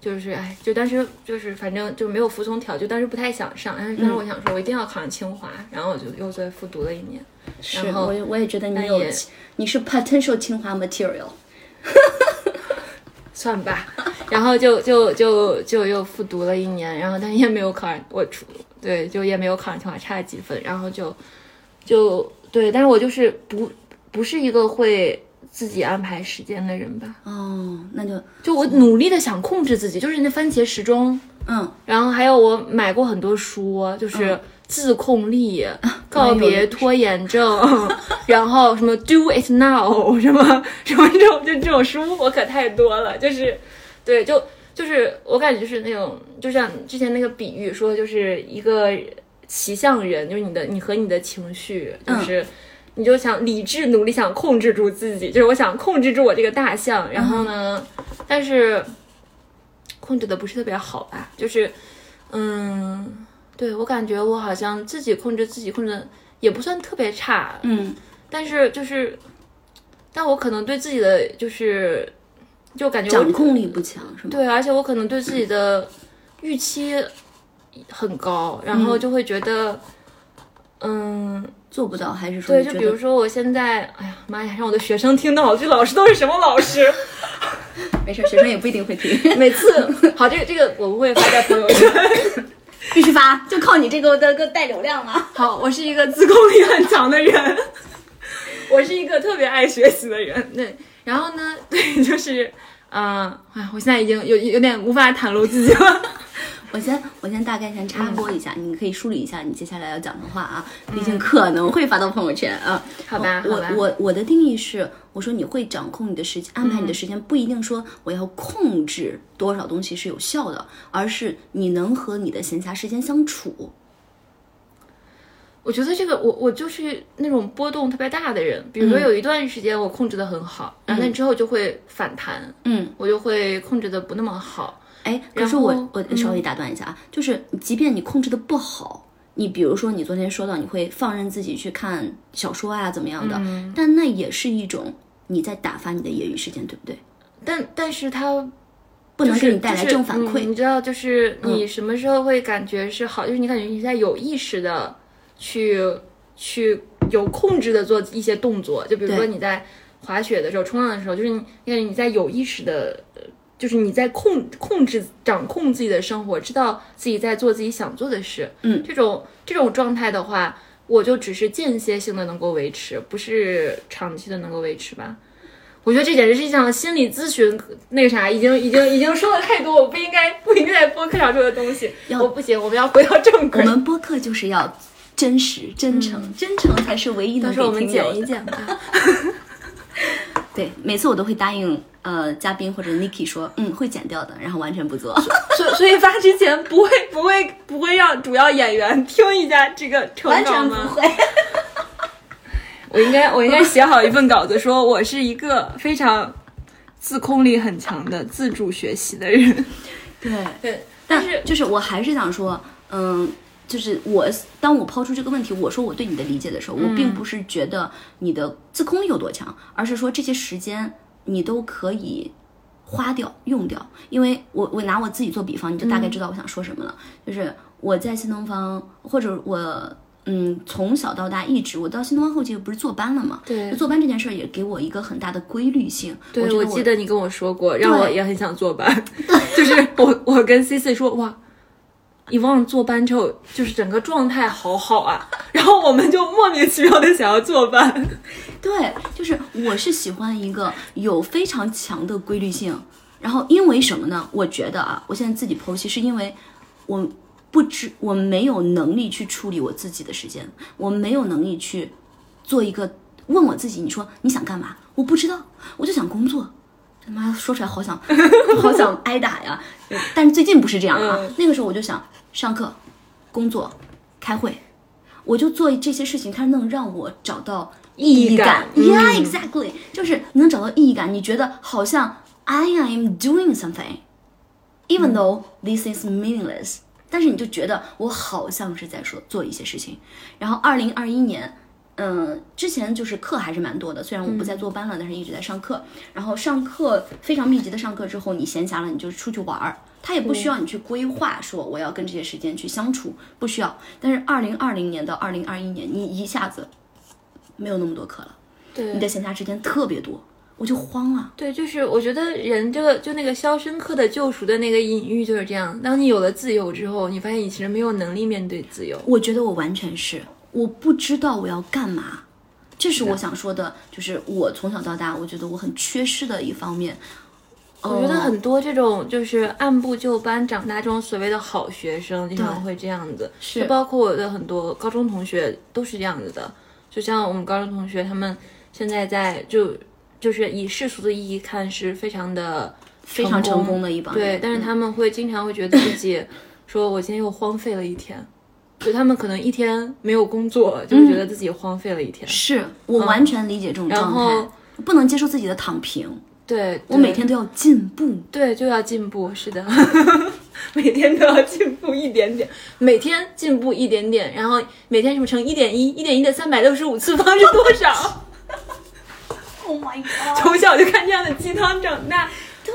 Speaker 1: 就是哎，就当时就是反正就没有服从条，就当时不太想上。但是当时我想说，我一定要考上清华，然后我就又再复读了一年。
Speaker 2: 是
Speaker 1: 然后
Speaker 2: 我也我也觉得
Speaker 1: 但
Speaker 2: 你有
Speaker 1: 也，
Speaker 2: 你是 potential 清华 material。
Speaker 1: 算吧，然后就就就就又复读了一年，然后但也没有考上，我出对就也没有考上清华，差了几分，然后就就对，但是我就是不不是一个会自己安排时间的人吧，
Speaker 2: 哦，那就
Speaker 1: 就我努力的想控制自己，就是那番茄时钟，
Speaker 2: 嗯，
Speaker 1: 然后还有我买过很多书，就是自控力、告别拖延症，然后什么 Do It Now 什么什么这种就这种书我可太多了，就是对就就是我感觉就是那种就像之前那个比喻说，就是一个骑象人，就是你的你和你的情绪，就是。
Speaker 2: 嗯
Speaker 1: 你就想理智努力想控制住自己，就是我想控制住我这个大象，然后呢，
Speaker 2: 嗯
Speaker 1: 但是控制的不是特别好吧，就是，嗯，对我感觉我好像自己控制自己控制得也不算特别差，
Speaker 2: 嗯，
Speaker 1: 但是就是，但我可能对自己的就是，就感觉我
Speaker 2: 掌控力不强是吗？
Speaker 1: 对，而且我可能对自己的预期很高，然后就会觉得，嗯
Speaker 2: 做不到还是说
Speaker 1: 对，
Speaker 2: 你
Speaker 1: 就
Speaker 2: 觉
Speaker 1: 比如
Speaker 2: 得
Speaker 1: 说我现在，哎呀妈呀，让我的学生听到，我这老师都是什么老师？
Speaker 2: 没事，学生也不一定会听，
Speaker 1: 每次好，这个这个我不会发在朋友圈。
Speaker 2: 必须发，就靠你这 个的个带流量了。
Speaker 1: 好，我是一个自控力很强的人， 我是一个特别爱学习的人。对，然后呢， 对，就是，啊、呃，哎，我现在已经有有点无法袒露自己了。
Speaker 2: 我先我先大概先插播一下，你可以梳理一下你接下来要讲的话啊，毕竟可能会发到朋友圈啊。
Speaker 1: 嗯好吧
Speaker 2: 我
Speaker 1: 好吧
Speaker 2: 我我的定义是，我说你会掌控你的时间，安排你的时间，不一定说我要控制多少东西是有效的，而是你能和你的闲暇时间相处。
Speaker 1: 我觉得这个我我就是那种波动特别大的人，比如
Speaker 2: 嗯
Speaker 1: 说有一段时间我控制的很好，然后但之后就会反弹，
Speaker 2: 嗯，
Speaker 1: 我就会控制的不那么好。
Speaker 2: 哎，可
Speaker 1: 然
Speaker 2: 是我
Speaker 1: 后
Speaker 2: 我
Speaker 1: 嗯
Speaker 2: 稍微打断一下啊，就是即便你控制的不好，你比如说你昨天说到你会放任自己去看小说啊怎么样的，
Speaker 1: 嗯
Speaker 2: 但那也是一种你在打发你的业余时间，对不对？
Speaker 1: 但但是它
Speaker 2: 不
Speaker 1: 就
Speaker 2: 能
Speaker 1: 是
Speaker 2: 给你带来正反
Speaker 1: 就是嗯你
Speaker 2: 馈。
Speaker 1: 知道，就是你什么时候会感觉是好，就是你感觉你在有意识的去去有控制的做一些动作，就比如说
Speaker 2: 对
Speaker 1: 你在滑雪的时候、冲浪的时候，就是你你感觉你在有意识的。呃就是你在控控制、掌控自己的生活，知道自己在做自己想做的事。
Speaker 2: 嗯
Speaker 1: 这种这种状态的话，我就只是间歇性的能够维持，不是长期的能够维持吧。我觉得这简直是一项心理咨询，那个啥，已经已经已经说了太多，我不应该不应该在播客上说的东西，
Speaker 2: 要
Speaker 1: 我不行，我们要回到正
Speaker 2: 我
Speaker 1: 轨。
Speaker 2: 们播客就是要真实、真诚，真诚才是唯一
Speaker 1: 到
Speaker 2: 能
Speaker 1: 时嗯候我
Speaker 2: 给
Speaker 1: 们
Speaker 2: 听友
Speaker 1: 剪一
Speaker 2: 的。
Speaker 1: 剪吧。
Speaker 2: 对，每次我都会答应呃嘉宾或者 Niki 说，嗯，会剪掉的，然后完全不 做。
Speaker 1: 所以所以发之前不会不会不会让主要演员听一下这个成
Speaker 2: 完
Speaker 1: 稿
Speaker 2: 全不
Speaker 1: 吗？
Speaker 2: 会。
Speaker 1: 我应该我应该写好一份稿子，说我是一个非常自控力很强的自主学习的人。
Speaker 2: 对。
Speaker 1: 对，但
Speaker 2: 但
Speaker 1: 是
Speaker 2: 就是我还是想说，嗯，就是我当我抛出这个问题，我说我对你的理解的时候，我
Speaker 1: 嗯
Speaker 2: 并不是觉得你的自控力有多强，而是说这些时间你都可以花掉、用掉。因为我我拿我自己做比方，你就
Speaker 1: 嗯
Speaker 2: 大概知道我想说什么了。就是我在新东方，或者我嗯从小到大一直，我到新东方后期不是坐班了嘛？
Speaker 1: 对
Speaker 2: 就坐班这件事儿也给我一个很大的规律性。
Speaker 1: 对，
Speaker 2: 觉得
Speaker 1: 我
Speaker 2: 我
Speaker 1: 记得你跟我说过，让我也很想坐班。 就是我，我跟 C C 说，哇，你忘了坐班之后，就是整个状态好好啊。然后我们就莫名其妙的想要坐班。
Speaker 2: 对，就是我是喜欢一个有非常强的规律性。然后因为什么呢？我觉得啊，我现在自己剖析是因为我不知我没有能力去处理我自己的时间，我没有能力去做一个问我自己，你说你想干嘛？我不知道，我就想工作。他妈说出来好想好想挨打呀！但是最近不是这样啊，
Speaker 1: 嗯
Speaker 2: 那个时候我就想上课、工作、开会，我就做这些事情，它能让我找到意义感。
Speaker 1: 意义感嗯
Speaker 2: Yeah, exactly，就是能找到意义感。你觉得好像 I am doing something, even though this is meaningless，、但是你就觉得我好像是在说做一些事情。然后二零二一年。嗯，之前就是课还是蛮多的，虽然我
Speaker 1: 嗯
Speaker 2: 不再坐班了，但是一直在上课。然后上课非常密集的上课之后，你闲暇了你就出去玩儿，他也不需要你去规划说我要跟这些时间去相处，不需要。但是二零二零年到二零二一年，你一下子没有那么多课了，你的
Speaker 1: 对
Speaker 2: 闲暇时间特别多，我就慌了。
Speaker 1: 对，就是我觉得人这个就那个《肖申克的救赎》的那个隐喻就是这样。当你有了自由之后，你发现你其实没有能力面对自由。
Speaker 2: 我觉得我完全是，我不知道我要干嘛，这是我想说的，就是我从小到大，我觉得我很缺失的一方面。
Speaker 1: 我觉得
Speaker 2: 嗯
Speaker 1: 很多这种就是按部就班长大这种所谓的好学生，经常会这样子，
Speaker 2: 是
Speaker 1: 就包括我的很多高中同学都是这样子的。就像我们高中同学，他们现在在就就是以世俗的意义看是非常的非
Speaker 2: 常成功的一帮人
Speaker 1: 对，
Speaker 2: 嗯
Speaker 1: 但是他们会经常会觉得自己说我今天又荒废了一天，就他们可能一天没有工作，就会觉得自己荒废了一天。
Speaker 2: 嗯是我完全理解这种状态，
Speaker 1: 嗯然后
Speaker 2: 不能接受自己的躺平，
Speaker 1: 对，
Speaker 2: 我
Speaker 1: 对
Speaker 2: 每天都要进步。
Speaker 1: 对，就要进步，是的，每天都要进步一点点，每天进步一点点，然后每天什么乘一点一，一点一的三百六十五次方是多少？
Speaker 2: Oh my god！
Speaker 1: 从小就看这样的鸡汤长大。
Speaker 2: 对，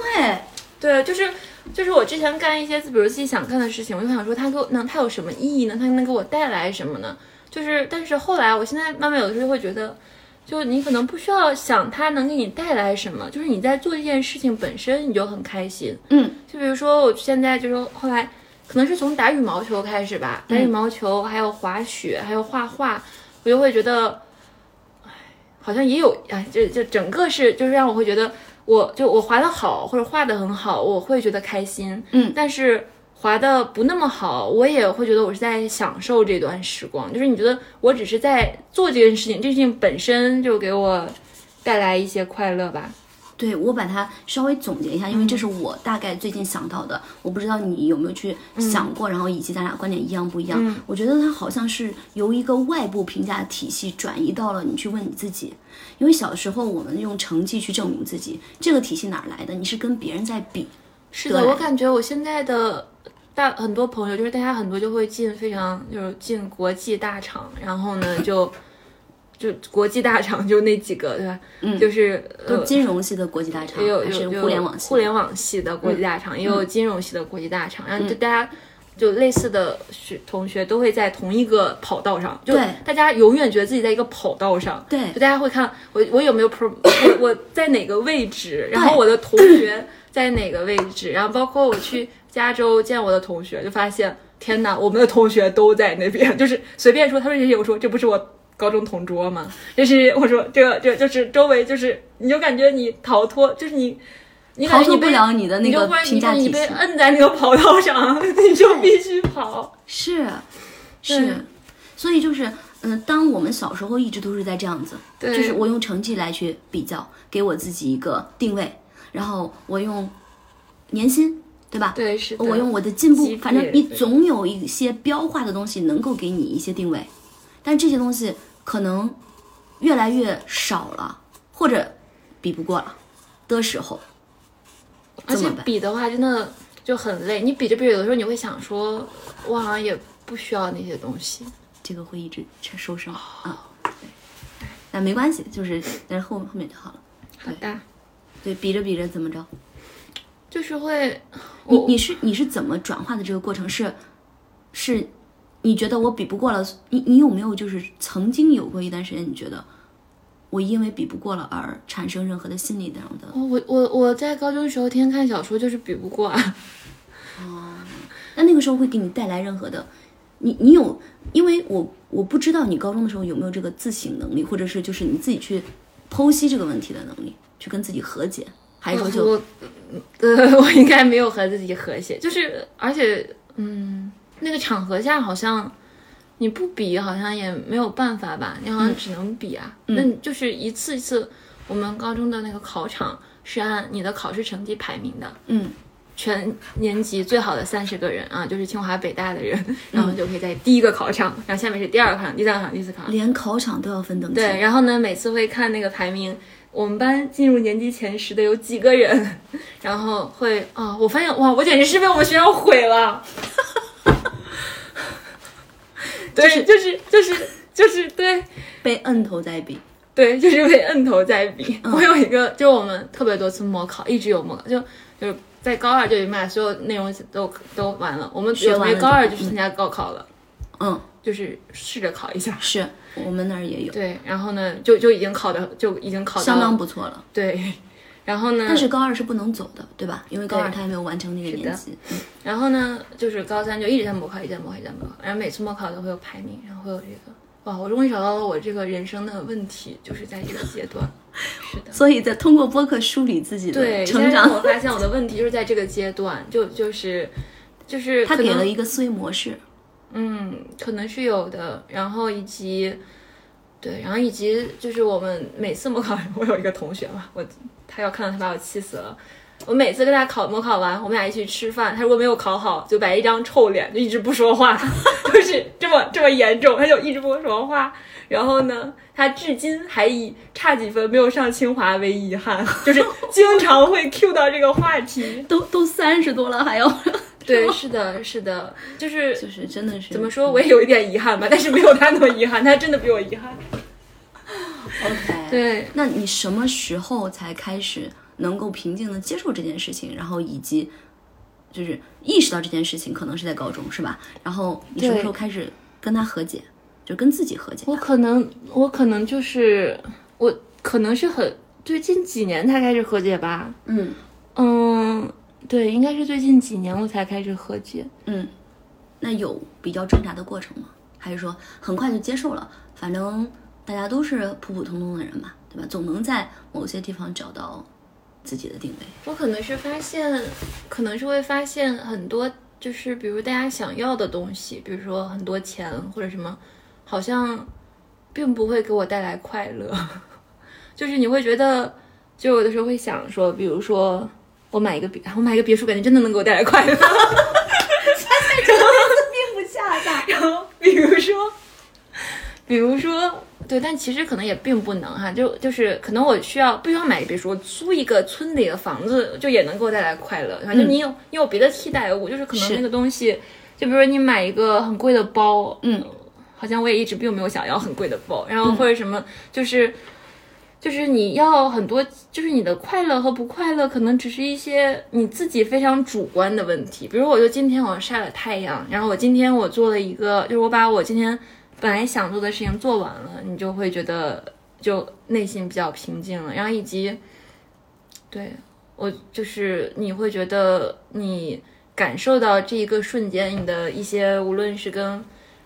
Speaker 1: 对，就是就是我之前干一些，比如自己想干的事情，我就想说，它给我能它有什么意义呢？它能给我带来什么呢？就是，但是后来，我现在慢慢有的时候会觉得，就你可能不需要想它能给你带来什么，就是你在做这件事情本身你就很开心。
Speaker 2: 嗯，
Speaker 1: 就比如说我现在就是后来，可能是从打羽毛球开始吧，打羽毛球，还有滑雪，还有画画，我就会觉得，唉，好像也有哎，这这整个是就是让我会觉得，我就我滑的好或者画的很好，我会觉得开心，
Speaker 2: 嗯
Speaker 1: 但是。滑的不那么好，我也会觉得我是在享受这段时光。就是你觉得我只是在做这件事情，这件事情本身就给我带来一些快乐吧。
Speaker 2: 对我把它稍微总结一下，因为这是我大概最近想到的，我不知道你有没有去
Speaker 1: 嗯
Speaker 2: 想过，然后以及咱俩观点一样不一样。我觉得它好像是由一个外部评价体系转移到了你去问你自己，因为小时候我们用成绩去证明自己，这个体系哪儿来的？你是跟别人在比，
Speaker 1: 是的，
Speaker 2: 对
Speaker 1: 我感觉我现在的大很多朋友，就是大家很多就会进非常就是进国际大厂，然后呢就就国际大厂就那几个对吧？嗯，就是
Speaker 2: 都
Speaker 1: 呃
Speaker 2: 是金融系的国际大厂，
Speaker 1: 也有
Speaker 2: 还是
Speaker 1: 有有
Speaker 2: 互联网系的？嗯
Speaker 1: 互联网系的国际大厂，也有金融系的国际大厂，然后就大家。就类似的学同学都会在同一个跑道上，就
Speaker 2: 对
Speaker 1: 大家永远觉得自己在一个跑道上，
Speaker 2: 对
Speaker 1: 就大家会看我我有没有 pro，我我在哪个位置，然后我的同学在哪个位置，然后包括我去加州见我的同学，就发现天哪，我们的同学都在那边，就是随便说，他说这些，我说这不是我高中同桌吗？这是我说这个这就是周围就是，你就感觉你逃脱，就是你。你感
Speaker 2: 逃
Speaker 1: 觉
Speaker 2: 脱
Speaker 1: 你
Speaker 2: 不
Speaker 1: 被
Speaker 2: 了你的那
Speaker 1: 你
Speaker 2: 个
Speaker 1: 就忽然
Speaker 2: 评价
Speaker 1: 你
Speaker 2: 体
Speaker 1: 被
Speaker 2: 系
Speaker 1: 你被。摁在那个跑道上， 你就必须跑。
Speaker 2: 是，是，所以就是，嗯、当我们小时候一直都是在这样子，
Speaker 1: 对
Speaker 2: 就是我用成绩来去比较，给我自己一个定位，然后我用年薪，对吧？
Speaker 1: 对，是的。
Speaker 2: 我用我的进步
Speaker 1: 级，别
Speaker 2: 反正你
Speaker 1: 对
Speaker 2: 总有一些标化的东西能够给你一些定位，但这些东西可能越来越少了，或者比不过了的时候，
Speaker 1: 而
Speaker 2: 怎
Speaker 1: 且
Speaker 2: 么办
Speaker 1: 比的话真的就很累。你比着比着，有的时候你会想说，我好像也不需要那些东西。
Speaker 2: 这个会一直收声啊。对，那没关系，就是但是后后面就好了。
Speaker 1: 好的，
Speaker 2: 对，比着比着怎么着？
Speaker 1: 就是会，
Speaker 2: 你
Speaker 1: 我
Speaker 2: 你是你是怎么转化的这个过程？是是，你觉得我比不过了？你你有没有就是曾经有过一段时间，你觉得我因为比不过了而产生任何的心理那种的？
Speaker 1: 我我我在高中时候天天看小说，就是比不过啊。
Speaker 2: 那那个时候会给你带来任何的，你你有，因为我我不知道你高中的时候有没有这个自省能力，或者是就是你自己去剖析这个问题的能力，去跟自己和解，还是 说就
Speaker 1: 我，呃， 我应该没有和自己和谐，就是而且，嗯，那个场合下好像你不比好像也没有办法吧，你好
Speaker 2: 嗯
Speaker 1: 像只能比啊。那你就是一次一次，我们高中的那个考场是按你的考试成绩排名的，
Speaker 2: 嗯，
Speaker 1: 全年级最好的三十个人啊，就是清华北大的人， 然后就可以在第一个考场，然后下面是第二个考场、第三个考场、第四个考场。
Speaker 2: 连考场都要分等级？
Speaker 1: 对，然后呢，每次会看那个排名，我们班进入年级前十的有几个人， 然后会啊、我发现哇，我简直是被我们学校毁了。 对，就是就是就是对
Speaker 2: 被摁头在比，
Speaker 1: 对，就是被摁头在比。
Speaker 2: 嗯
Speaker 1: 我有一个，就我们特别多次模考，一直有模考，就就是在高二就已经把所有内容都都完了。我们
Speaker 2: 学
Speaker 1: 有
Speaker 2: 完
Speaker 1: 没
Speaker 2: 了
Speaker 1: 高二就
Speaker 2: 就嗯
Speaker 1: 去参加高考了，
Speaker 2: 嗯，
Speaker 1: 就是试着考一下。
Speaker 2: 是我们那儿也有，
Speaker 1: 对，然后呢，就就已经考的就已经考到嗯
Speaker 2: 相当不错了。
Speaker 1: 对，然后呢？
Speaker 2: 但是高二是不能走的，对吧？因为高二
Speaker 1: 对
Speaker 2: 他还没有完成那个年级，嗯
Speaker 1: 然后呢，就是高三就一直在模考，一直在模考，一直在模考。然后每次模考都会有排名，然后会有这个。哇，我终于找到了我这个人生的问题，就是在这个阶段。是的，
Speaker 2: 所以在通过播客梳理自己的
Speaker 1: 对，
Speaker 2: 成
Speaker 1: 现在让我
Speaker 2: 长，
Speaker 1: 发现我的问题就是在这个阶段，就就是就是
Speaker 2: 他
Speaker 1: 可
Speaker 2: 给
Speaker 1: 能
Speaker 2: 了一个思维模式，。
Speaker 1: 嗯，可能是有的。然后以及对，然后以及就是我们每次模考，我有一个同学嘛，我他要看到他把我气死了。我每次跟他考模考完，我们俩一起吃饭，他如果没有考好，就摆一张臭脸，就一直不说话， 就是这么这么严重，他就一直不说话。然后呢，他至今还以差几分没有上清华为遗憾，就是经常会 cue 到这个话题
Speaker 2: 都都三十多了还要，
Speaker 1: 对，是的，是的，就是
Speaker 2: 就是真的是
Speaker 1: 怎么说，我也有一点遗憾吧，但是没有他那么遗憾，他真的比我遗憾。
Speaker 2: ？OK，
Speaker 1: 对，
Speaker 2: 那你什么时候才开始能够平静的接受这件事情，然后以及就是意识到这件事情可能是在高中是吧？然后你什么时候
Speaker 1: 对
Speaker 2: 开始跟他和解，就跟自己和解？
Speaker 1: 我可能，我可能就是，我可能是很最近几年才开始和解吧。
Speaker 2: 嗯
Speaker 1: 嗯，对，应该是最近几年我才开始和解。
Speaker 2: 嗯，那有比较挣扎的过程吗？还是说很快就接受了？反正大家都是普普通通的人嘛，对吧？总能在某些地方找到自己的定位。
Speaker 1: 我可能是发现，可能是会发现很多，就是比如大家想要的东西，比如说很多钱或者什么，好像并不会给我带来快乐。 就是你会觉得，就有的时候会想说，比如说我买一个别，我买一个别墅，感觉真的能给我带来 快乐。
Speaker 2: 并不恰当。
Speaker 1: 然后比如说，比如说，对，但其实可能也并不能哈，就就是可能我需要不需要买，比如说租一个村里的房子，就也能给我带来快乐。反正你有、你有别的替代物，就是可能
Speaker 2: 嗯是
Speaker 1: 那个东西，就比如说你买一个很贵的包，
Speaker 2: 嗯，
Speaker 1: 好像我也一直并没有想要很贵的包，然后或者什么，就是就是你要很多，就是你的快乐和不快乐，可能只是一些你自己非常主观的问题。比如，我就今天我晒了太阳，然后我今天我做了一个，就是我把我今天本来想做的事情做完了，你就会觉得就内心比较平静了。然后以及，对我就是你会觉得你感受到这一个瞬间，你的一些无论是跟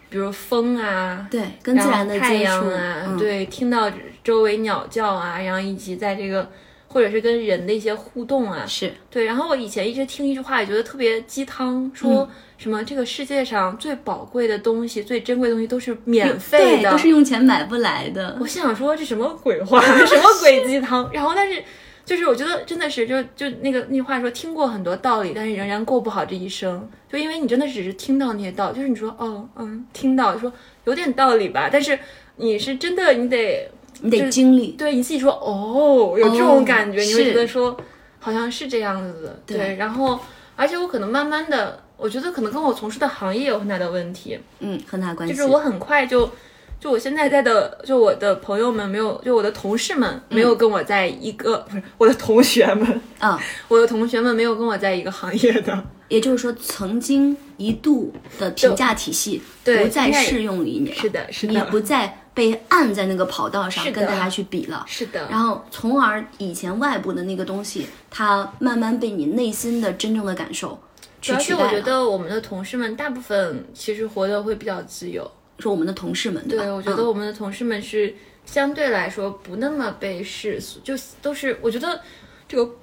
Speaker 1: 比如风啊，
Speaker 2: 对，跟自然的
Speaker 1: 后太
Speaker 2: 接触
Speaker 1: 阳啊，
Speaker 2: 嗯
Speaker 1: 对，听到周围鸟叫啊，然后以及在这个或者是跟人的一些互动啊，
Speaker 2: 是
Speaker 1: 对。然后我以前一直听一句话，也觉得特别鸡汤，
Speaker 2: 嗯
Speaker 1: 说什么、这个世界上最宝贵的东西、最珍贵的东西都是免费
Speaker 2: 对，
Speaker 1: 的，
Speaker 2: 都是用钱买不来的
Speaker 1: 我。心想说这什么鬼话，什么鬼鸡汤？然后但是就是我觉得真的是就就那个那话说听过很多道理，但是仍然过不好这一生，就因为你真的只是听到那些道理，就是你说哦嗯听到说有点道理吧，但是你是真的你得
Speaker 2: 你得经历，
Speaker 1: 对你自己说哦有这
Speaker 2: 哦
Speaker 1: 种感觉，你会
Speaker 2: 是
Speaker 1: 觉得说好像是这样子的，
Speaker 2: 对
Speaker 1: 对，然后而且我可能慢慢的我觉得可能跟我从事的行业有很大的问题，
Speaker 2: 嗯，很大关
Speaker 1: 就
Speaker 2: 系。
Speaker 1: 是我很快就。就我现在在的，就我的朋友们没有，就我的同事们没有跟我在一个，不是我的同学们，
Speaker 2: 嗯，
Speaker 1: 我的同学们没有跟我在一个行业 的，
Speaker 2: 也就是说，曾经一度的评价体系
Speaker 1: 对
Speaker 2: 不再
Speaker 1: 现在
Speaker 2: 适用于你了，
Speaker 1: 是的是的
Speaker 2: 你也不再被按在那个跑道上
Speaker 1: 是的
Speaker 2: 跟大家去比了，
Speaker 1: 是的
Speaker 2: 然后从而以前外部的那个东西，它慢慢被你内心的真正的感受
Speaker 1: 主
Speaker 2: 去
Speaker 1: 要
Speaker 2: 取
Speaker 1: 是
Speaker 2: 代了。
Speaker 1: 我觉得我们的同事们大部分其实活得会比较自由，
Speaker 2: 说我们的同事们，对吧？
Speaker 1: 对，我觉得
Speaker 2: 嗯
Speaker 1: 我们的同事们是相对来说不那么被世俗，就都是我觉得这个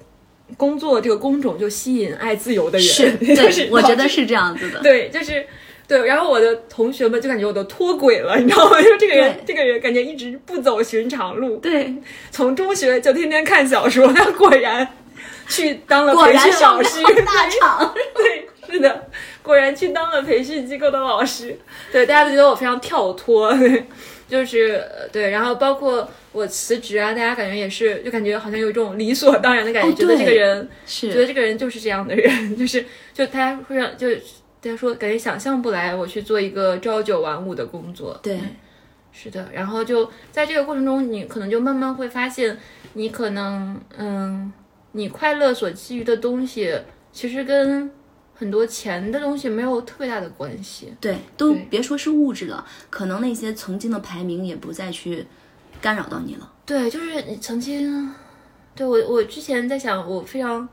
Speaker 1: 工作这个工种就吸引爱自由的人，
Speaker 2: 是，
Speaker 1: 就
Speaker 2: 对，
Speaker 1: 是
Speaker 2: 我觉得是这样子的。
Speaker 1: 对，就是对。然后我的同学们就感觉我都脱轨了，你知道吗？就这个人，这个人感觉一直不走寻常路，
Speaker 2: 对，
Speaker 1: 从中学就天天看小说，他果然去当了
Speaker 2: 果
Speaker 1: 培
Speaker 2: 然
Speaker 1: 训
Speaker 2: 上
Speaker 1: 老
Speaker 2: 不
Speaker 1: 师，
Speaker 2: 了大厂。
Speaker 1: 对，是的，果然去当了培训机构的老师。对，大家都觉得我非常跳脱，对就是呃对，然后包括我辞职啊，大家感觉也是，就感觉好像有一种理所当然的感觉，
Speaker 2: 哦
Speaker 1: 觉得这个
Speaker 2: 对
Speaker 1: 人，觉得
Speaker 2: 是，
Speaker 1: 这个人就是这样的人， 就是就大家会让就大家说感觉想象不来我去做一个朝九晚五的工作，嗯
Speaker 2: 对，
Speaker 1: 是的，然后就在这个过程中，你可能就慢慢会发现，你可能嗯，你快乐所基于的东西，其实跟很多钱的东西没有特别大的关系。
Speaker 2: 对，都
Speaker 1: 对
Speaker 2: 别说是物质了，可能那些曾经的排名也不再去干扰到你了。
Speaker 1: 对，就是你曾经，对我我之前在想，我非常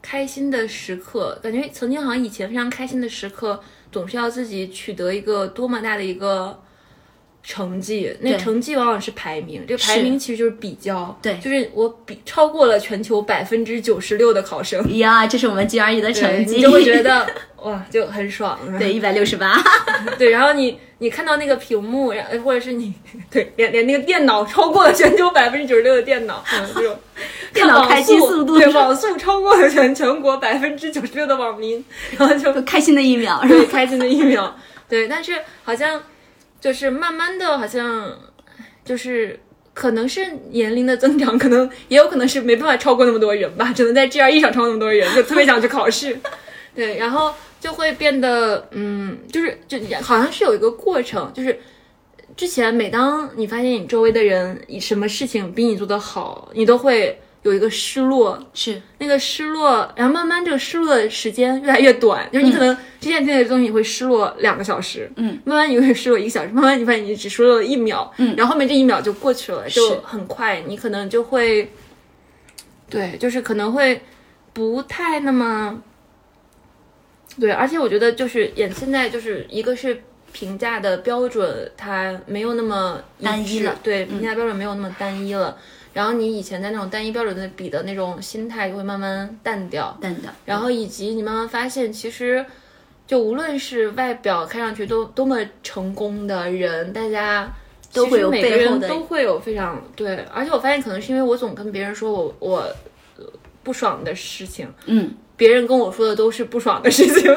Speaker 1: 开心的时刻，感觉曾经好像以前非常开心的时刻，总是要自己取得一个多么大的一个。成绩，那
Speaker 2: 对
Speaker 1: 成绩往往是排名，这个排
Speaker 2: 是
Speaker 1: 名其实就是比较，
Speaker 2: 对
Speaker 1: 就是我比超过了全球百分之九十六的考生，
Speaker 2: 呀，这是我们 GRE 的
Speaker 1: 对
Speaker 2: 成绩，
Speaker 1: 你就会觉得 哇，就很爽，
Speaker 2: 对一百六十八，
Speaker 1: 对，然后你你看到那个屏幕，然后或者是你 对连连那个电脑超过了全球百分之九十六的电脑，嗯，这种
Speaker 2: 电
Speaker 1: 看
Speaker 2: 脑
Speaker 1: 网
Speaker 2: 开机速度
Speaker 1: 对网速超过了全全国百分之九十六的网民，然后就
Speaker 2: 开心的一秒是
Speaker 1: 对
Speaker 2: 吧？
Speaker 1: 开心的一秒，对，但是好像就是慢慢的，好像就是。可能是年龄的增长，可能也有可能是没办法超过那么多人吧，只能在 GRE 上超过那么多人，就特别想去考试。对，然后就会变得，嗯，就是就好像是有一个过程，就是之前每当你发现你周围的人以什么事情比你做得好，你都会有一个失落，
Speaker 2: 是，
Speaker 1: 那个失落，然后慢慢这个失落的时间越来越短，就是你可能之前听的东西你会失落两个小时，
Speaker 2: 嗯，
Speaker 1: 慢慢你会失落一个小时，慢慢你发现你只失落了一秒，嗯，然后后面这一秒就过去了，
Speaker 2: 是
Speaker 1: 就很快，你可能就会，对，就是可能会不太那么，对，而且我觉得就是演现在就是一个是。评价的标准它没有那么致
Speaker 2: 单一了嗯
Speaker 1: 对，评价标准没有那么单一了。然后你以前在那种单一标准的比的那种心态就会慢慢淡掉，
Speaker 2: 淡的。
Speaker 1: 然后以及你慢慢发现，其实就无论是外表看上去都多么成功的人，大家
Speaker 2: 都会有
Speaker 1: 其实每个
Speaker 2: 背后
Speaker 1: 人
Speaker 2: 的
Speaker 1: 都会有非常对，而且我发现可能是因为我总跟别人说我我呃不爽的事情，
Speaker 2: 嗯，
Speaker 1: 别人跟我说的都是不爽的事情，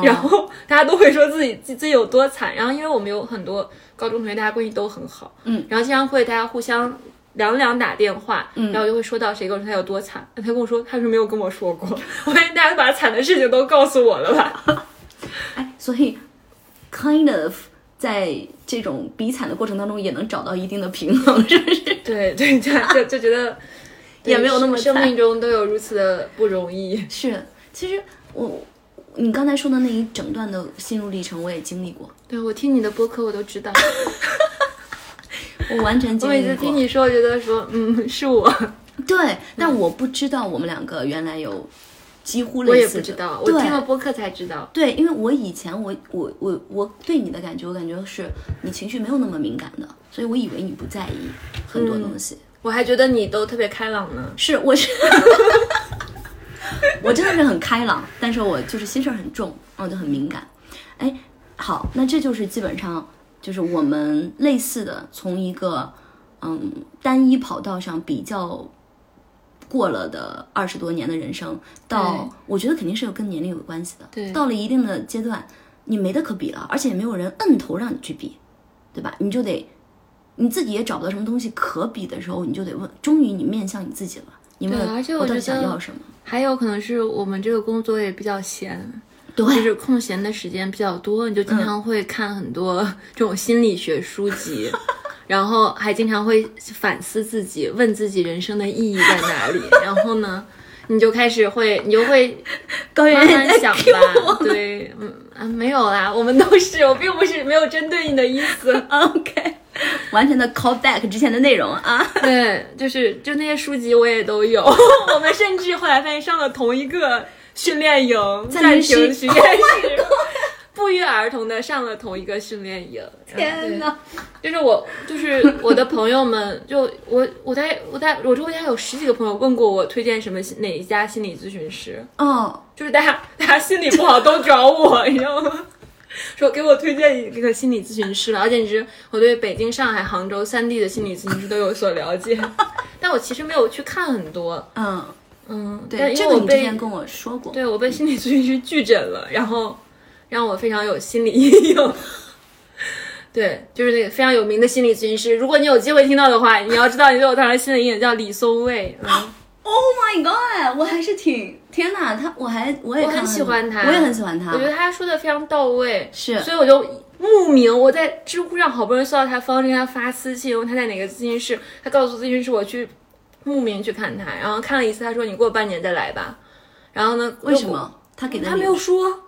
Speaker 1: 然后大家都会说自己自自己有多惨。然后因为我们有很多高中同学，大家关系都很好，
Speaker 2: 嗯，
Speaker 1: 然后经常会大家互相两两打电话，嗯然后就会说到谁跟我说他有多惨，他跟我说他是没有跟我说过， 我发现大家把惨的事情都告诉我了 吧？
Speaker 2: 哎，所以 kind of 在这种比惨的过程当中也能找到一定的平衡，是不是？
Speaker 1: 对对，就就就觉得
Speaker 2: 也没有那么
Speaker 1: 生
Speaker 2: 惨
Speaker 1: 生命中都有如此的不容易，
Speaker 2: 是，其实我你刚才说的那一整段的心路历程，我也经历过，
Speaker 1: 对我听你的播客我都 知道，
Speaker 2: 我完全
Speaker 1: 我
Speaker 2: 经
Speaker 1: 每
Speaker 2: 历
Speaker 1: 次
Speaker 2: 过。
Speaker 1: 听你说，我觉得说嗯是 我，
Speaker 2: 对，
Speaker 1: 嗯
Speaker 2: 但我不知道我们两个原来有几乎
Speaker 1: 我
Speaker 2: 类
Speaker 1: 也
Speaker 2: 似的。
Speaker 1: 不知道，我
Speaker 2: 对
Speaker 1: 听了播客才知道，
Speaker 2: 对，因为我以前我我我我对你的感觉，我感觉是你情绪没有那么敏感的，所以我以为你不在意很
Speaker 1: 嗯
Speaker 2: 多东西。
Speaker 1: 我还觉得你都特别开朗呢。
Speaker 2: 是，我是，我真的是很开朗，但是我就是心事儿很重，然后就很敏感。哎，好，那这就是基本上就是我们类似的，从一个嗯单一跑道上比较过了的二十多年的人生，到
Speaker 1: 对
Speaker 2: 我觉得肯定是有跟年龄有关系的。
Speaker 1: 对
Speaker 2: 到了一定的阶段，你没得可比了，而且也没有人摁头让你去比，对吧？你就得你自己也找不到什么东西可比的时候，你就得问，终于你面向你自己了，你问
Speaker 1: 对而且我
Speaker 2: 到
Speaker 1: 觉
Speaker 2: 底
Speaker 1: 得
Speaker 2: 想要什么？
Speaker 1: 还有可能是我们这个工作也比较闲，
Speaker 2: 对
Speaker 1: 就是空闲的时间比较多，你就经常会看很多这种心理学书籍，然后还经常会反思自己，问自己人生的意义在哪里。然后呢，你就开始会，你就会
Speaker 2: 高圆
Speaker 1: 慢
Speaker 2: 圆
Speaker 1: 慢
Speaker 2: 在
Speaker 1: 想
Speaker 2: Q
Speaker 1: 吧
Speaker 2: 我。
Speaker 1: 对，嗯啊，没有啦，我们都是，我并不是没有针对你的意思。
Speaker 2: OK，完全的 call back 之前的内容啊。
Speaker 1: 对，嗯就是就那些书籍我也都有。我们甚至后来发现上了同一个训练营，
Speaker 2: 暂
Speaker 1: 暂
Speaker 2: 停
Speaker 1: 停
Speaker 2: 训
Speaker 1: 训练室， 不约而同的上了同一个训练营。
Speaker 2: 天
Speaker 1: 哪！
Speaker 2: 哪，
Speaker 1: 就是我，就是我的朋友们，就我我在我在我周围还有十几个朋友问过我推荐什么哪一家心理咨询师，
Speaker 2: 哦，
Speaker 1: 就是大家大家心理不好都找我，你知道吗？说给我推荐一个心理咨询师了，而简直我对北京、上海、杭州三地的心理咨询师都有所了解， 但我其实没有去看很多，
Speaker 2: 嗯，
Speaker 1: 嗯，但
Speaker 2: 对，
Speaker 1: 因
Speaker 2: 这
Speaker 1: 为
Speaker 2: 个
Speaker 1: 我
Speaker 2: 你之
Speaker 1: 被
Speaker 2: 前跟我说过。
Speaker 1: 对我被心理咨询师拒诊了，然后让我非常有心理 阴影。对，就是那个非常有名的心理咨询师，如果你有机会听到的话，你要知道你对我造成心理阴影叫李松蔚，嗯
Speaker 2: Oh my god，我还是挺天哪，他我还我也
Speaker 1: 我
Speaker 2: 看
Speaker 1: 很
Speaker 2: 了
Speaker 1: 喜欢他，
Speaker 2: 我也很喜欢他
Speaker 1: 我。觉得他说的非常到位，
Speaker 2: 是
Speaker 1: 所以我就慕名，我在知乎上好不容易搜到他方式，跟他发私信，问他在哪个咨询室，他告诉咨询室我去慕名去看他，然后看了一次，他说你过半年再来吧，然后呢，
Speaker 2: 为什？么他给的
Speaker 1: 他
Speaker 2: 理
Speaker 1: 没
Speaker 2: 由
Speaker 1: 有说，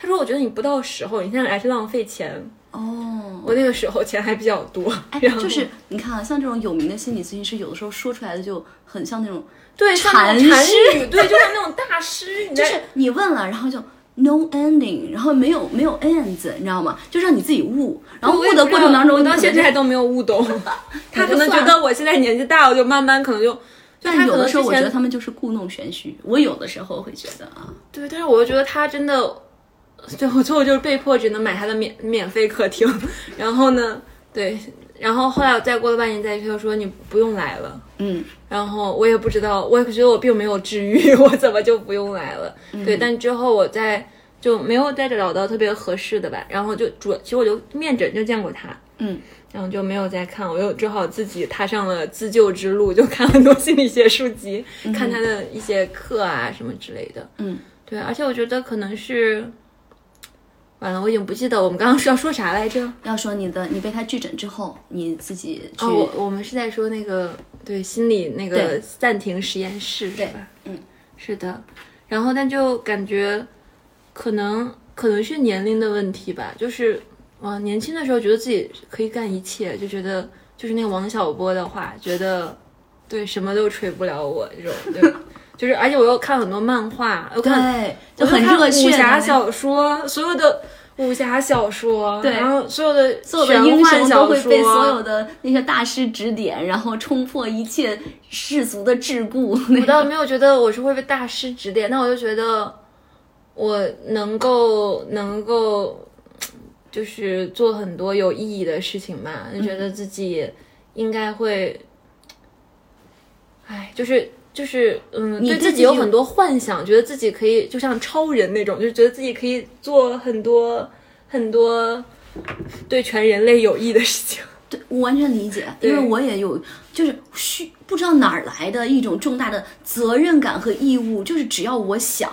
Speaker 1: 他说我觉得你不到时候，你现在来是浪费钱。
Speaker 2: 哦？
Speaker 1: 我那个时候钱还比较多，
Speaker 2: 哎，
Speaker 1: 然后
Speaker 2: 就是你看啊，像这种有名的心理咨询师，有的时候说出来的就很像那种，
Speaker 1: 对像那种
Speaker 2: 禅
Speaker 1: 禅
Speaker 2: 师
Speaker 1: 语，对，就像那种大师，你
Speaker 2: 就
Speaker 1: 在
Speaker 2: 是你问了，然后就 no ending，然后没有没有 ends，你知道吗？就让你自己悟，然后
Speaker 1: 我也
Speaker 2: 悟啊的
Speaker 1: 不知
Speaker 2: 过程
Speaker 1: 道
Speaker 2: 当中，
Speaker 1: 我
Speaker 2: 你
Speaker 1: 到
Speaker 2: 可
Speaker 1: 现
Speaker 2: 能
Speaker 1: 在
Speaker 2: 就
Speaker 1: 都没有悟 懂。他
Speaker 2: 也
Speaker 1: 可
Speaker 2: 就
Speaker 1: 能觉
Speaker 2: 算
Speaker 1: 得我现在年纪大，我就慢慢可能就，就他
Speaker 2: 但有
Speaker 1: 可能
Speaker 2: 的时候
Speaker 1: 之
Speaker 2: 我觉得
Speaker 1: 前
Speaker 2: 他们就是故弄玄虚，我有的时候会觉得啊，
Speaker 1: 对，但是我又觉得他真的，对我最后就是被迫只能买他的免免费课听， 然后呢，对，然后后来我再过了半年再去，他就说你不用来了。
Speaker 2: 嗯，
Speaker 1: 然后我也不知道，我也觉得我并没有治愈， 我怎么就不用来了？
Speaker 2: 嗯
Speaker 1: 对，但之后我在就没有再找到特别合适的吧，然后就主其实我就面诊就见过他，
Speaker 2: 嗯，
Speaker 1: 然后就没有再看，我又只好自己踏上了自救之路，就看很多心理学书籍，看他的一些课啊什么之类的，
Speaker 2: 嗯，
Speaker 1: 对，而且我觉得可能是。完了，我已经不记得我们刚刚是要说啥来着。
Speaker 2: 要说你的你被他拒诊之后，你自己去、
Speaker 1: 哦，我我们是在说那个对心理那个
Speaker 2: 对
Speaker 1: 暂停实验室，
Speaker 2: 对
Speaker 1: 是吧？
Speaker 2: 嗯，
Speaker 1: 是的。然后但就感觉可能可能是年龄的问题吧，就是啊，年轻的时候觉得自己可以干一切，就觉得就是那个王小波的话，觉得对什么都锤不了我这种，对 就是而且我又看很多漫画，又看
Speaker 2: 对就
Speaker 1: 我
Speaker 2: 很
Speaker 1: 看
Speaker 2: 热血
Speaker 1: 武
Speaker 2: 的
Speaker 1: 侠
Speaker 2: 那
Speaker 1: 小说，所有的武侠小说，
Speaker 2: 对
Speaker 1: 然后所有的
Speaker 2: 所有的英
Speaker 1: 玄幻
Speaker 2: 雄
Speaker 1: 小
Speaker 2: 都会被
Speaker 1: 说
Speaker 2: 所有的那些大师指点，然后冲破一切世俗的桎梏。 那
Speaker 1: 我倒没有觉得我是会被大师指点，但我就觉得我能够能够就是做很多有意义的事情嘛，就觉得自己应该会，哎，就是。就是嗯，
Speaker 2: 你
Speaker 1: 对
Speaker 2: 对
Speaker 1: 自
Speaker 2: 自
Speaker 1: 己
Speaker 2: 己
Speaker 1: 有
Speaker 2: 有
Speaker 1: 很多幻想，觉得自己可以就像超人那种，就是觉得自己可以做很多很多对全人类有益的事情。
Speaker 2: 对我完全理解，
Speaker 1: 对
Speaker 2: 因为我也有，就是虚不知道哪儿来的一种重大的责任感和义务，就是只要我想，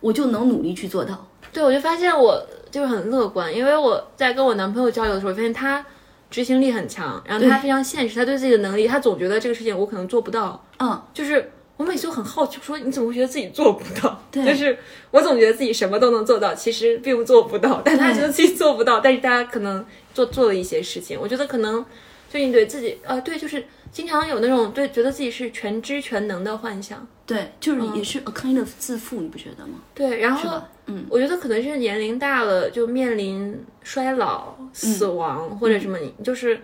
Speaker 2: 我就能努力去做到。
Speaker 1: 对，我就发现我就是很乐观，因为我在跟我男朋友交流的时候，我发现他执行力很强，然后他
Speaker 2: 对
Speaker 1: 非常现实，他对自己的能力，他总觉得这个事情我可能做不到，
Speaker 2: 嗯，
Speaker 1: 就是。我每次都很好奇，说你怎么会觉得自己做不到？
Speaker 2: 对
Speaker 1: 就是我总觉得自己什么都能做到，其实并不做不到。但他
Speaker 2: 对
Speaker 1: 觉得自己做不到，但是他可能做做了一些事情。我觉得可能就你对自己，呃，对，就是经常有那种对觉得自己是全知全能的幻想。
Speaker 2: 对，就是也是 a kind of 自负，你不觉得吗？
Speaker 1: 对，然
Speaker 2: 是
Speaker 1: 后
Speaker 2: 吧？嗯，
Speaker 1: 我觉得可能是年龄大了，就面临衰老、死
Speaker 2: 嗯
Speaker 1: 亡、或者什么，你就是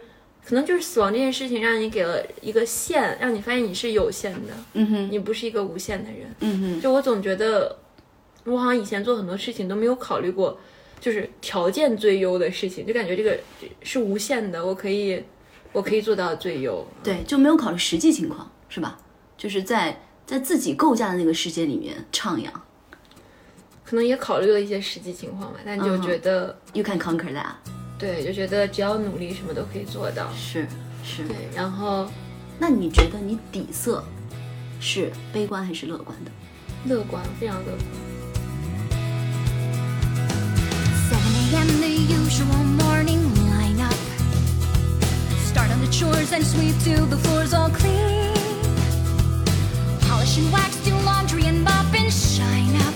Speaker 1: 可能就是死亡这件事情让你给了一个线，让你发现你是有限的，
Speaker 2: 嗯哼，
Speaker 1: 你不是一个无限的人。
Speaker 2: 嗯哼，
Speaker 1: 就我总觉得，我好像以前做很多事情都没有考虑过，就是条件最优的事情，就感觉这个是无限的，我可以，我可以做到最优。
Speaker 2: 对，就没有考虑实际情况，是吧？就是在在自己构架的那个世界里面徜徉
Speaker 1: 可能也考虑了一些实际情况吧，但就
Speaker 2: 嗯
Speaker 1: 觉得，
Speaker 2: ，you can conquer that，
Speaker 1: 对，就觉得只要努力，什么都可以做到。
Speaker 2: 是是。
Speaker 1: 对，然后。
Speaker 2: 那你觉得你底色是悲观还是乐观的？
Speaker 1: 乐观，非常乐观。
Speaker 4: I
Speaker 5: and the usual morning lineup. Start on the chores and sweep till the floor's all clean. Polish and wax, do laundry and mop and shine up.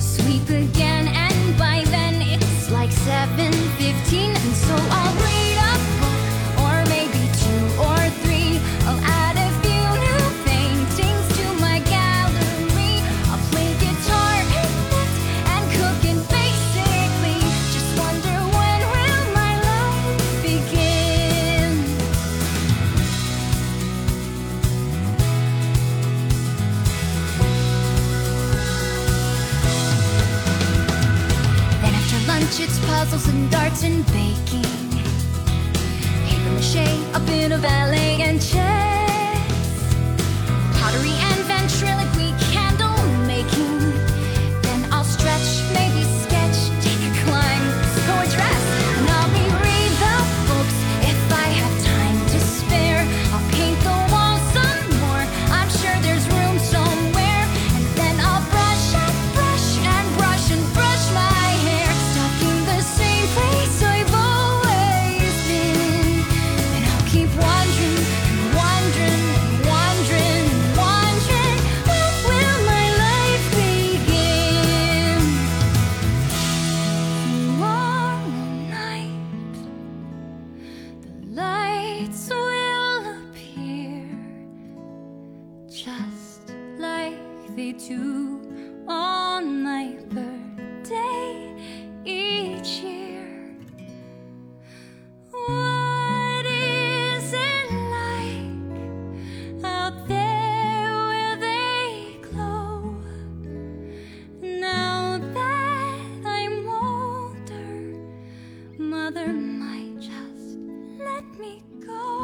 Speaker 5: Sweep again, and by then it's like 7:15, and so I'll read a book or maybe two or three. I'll add a few new paintings to my gallery. I'll play guitar and knit and cook and basically just wonder when will my life begin. Then after lunch, it's puzzles and darts and baking. Paper mache, a bit of ballet and chess. Pottery and ventriloquy, candle making. Then I'll stretch, maybe sketch, take a climb, sew a dress. And I'll reread the books if I have time to spare. I'll paint the wall some more, I'm sure there's room somewhere. And then I'll brush and brush and brush and brush my hair. Stuck in the same place I've always been. And I'll keep wandering and wandering and wandering and wandering. When will my life begin? Tomorrow night, the lights will appear just like they do on my birthday each year. What is it like out there where they glow? Now that I'm older, mother might just let me go.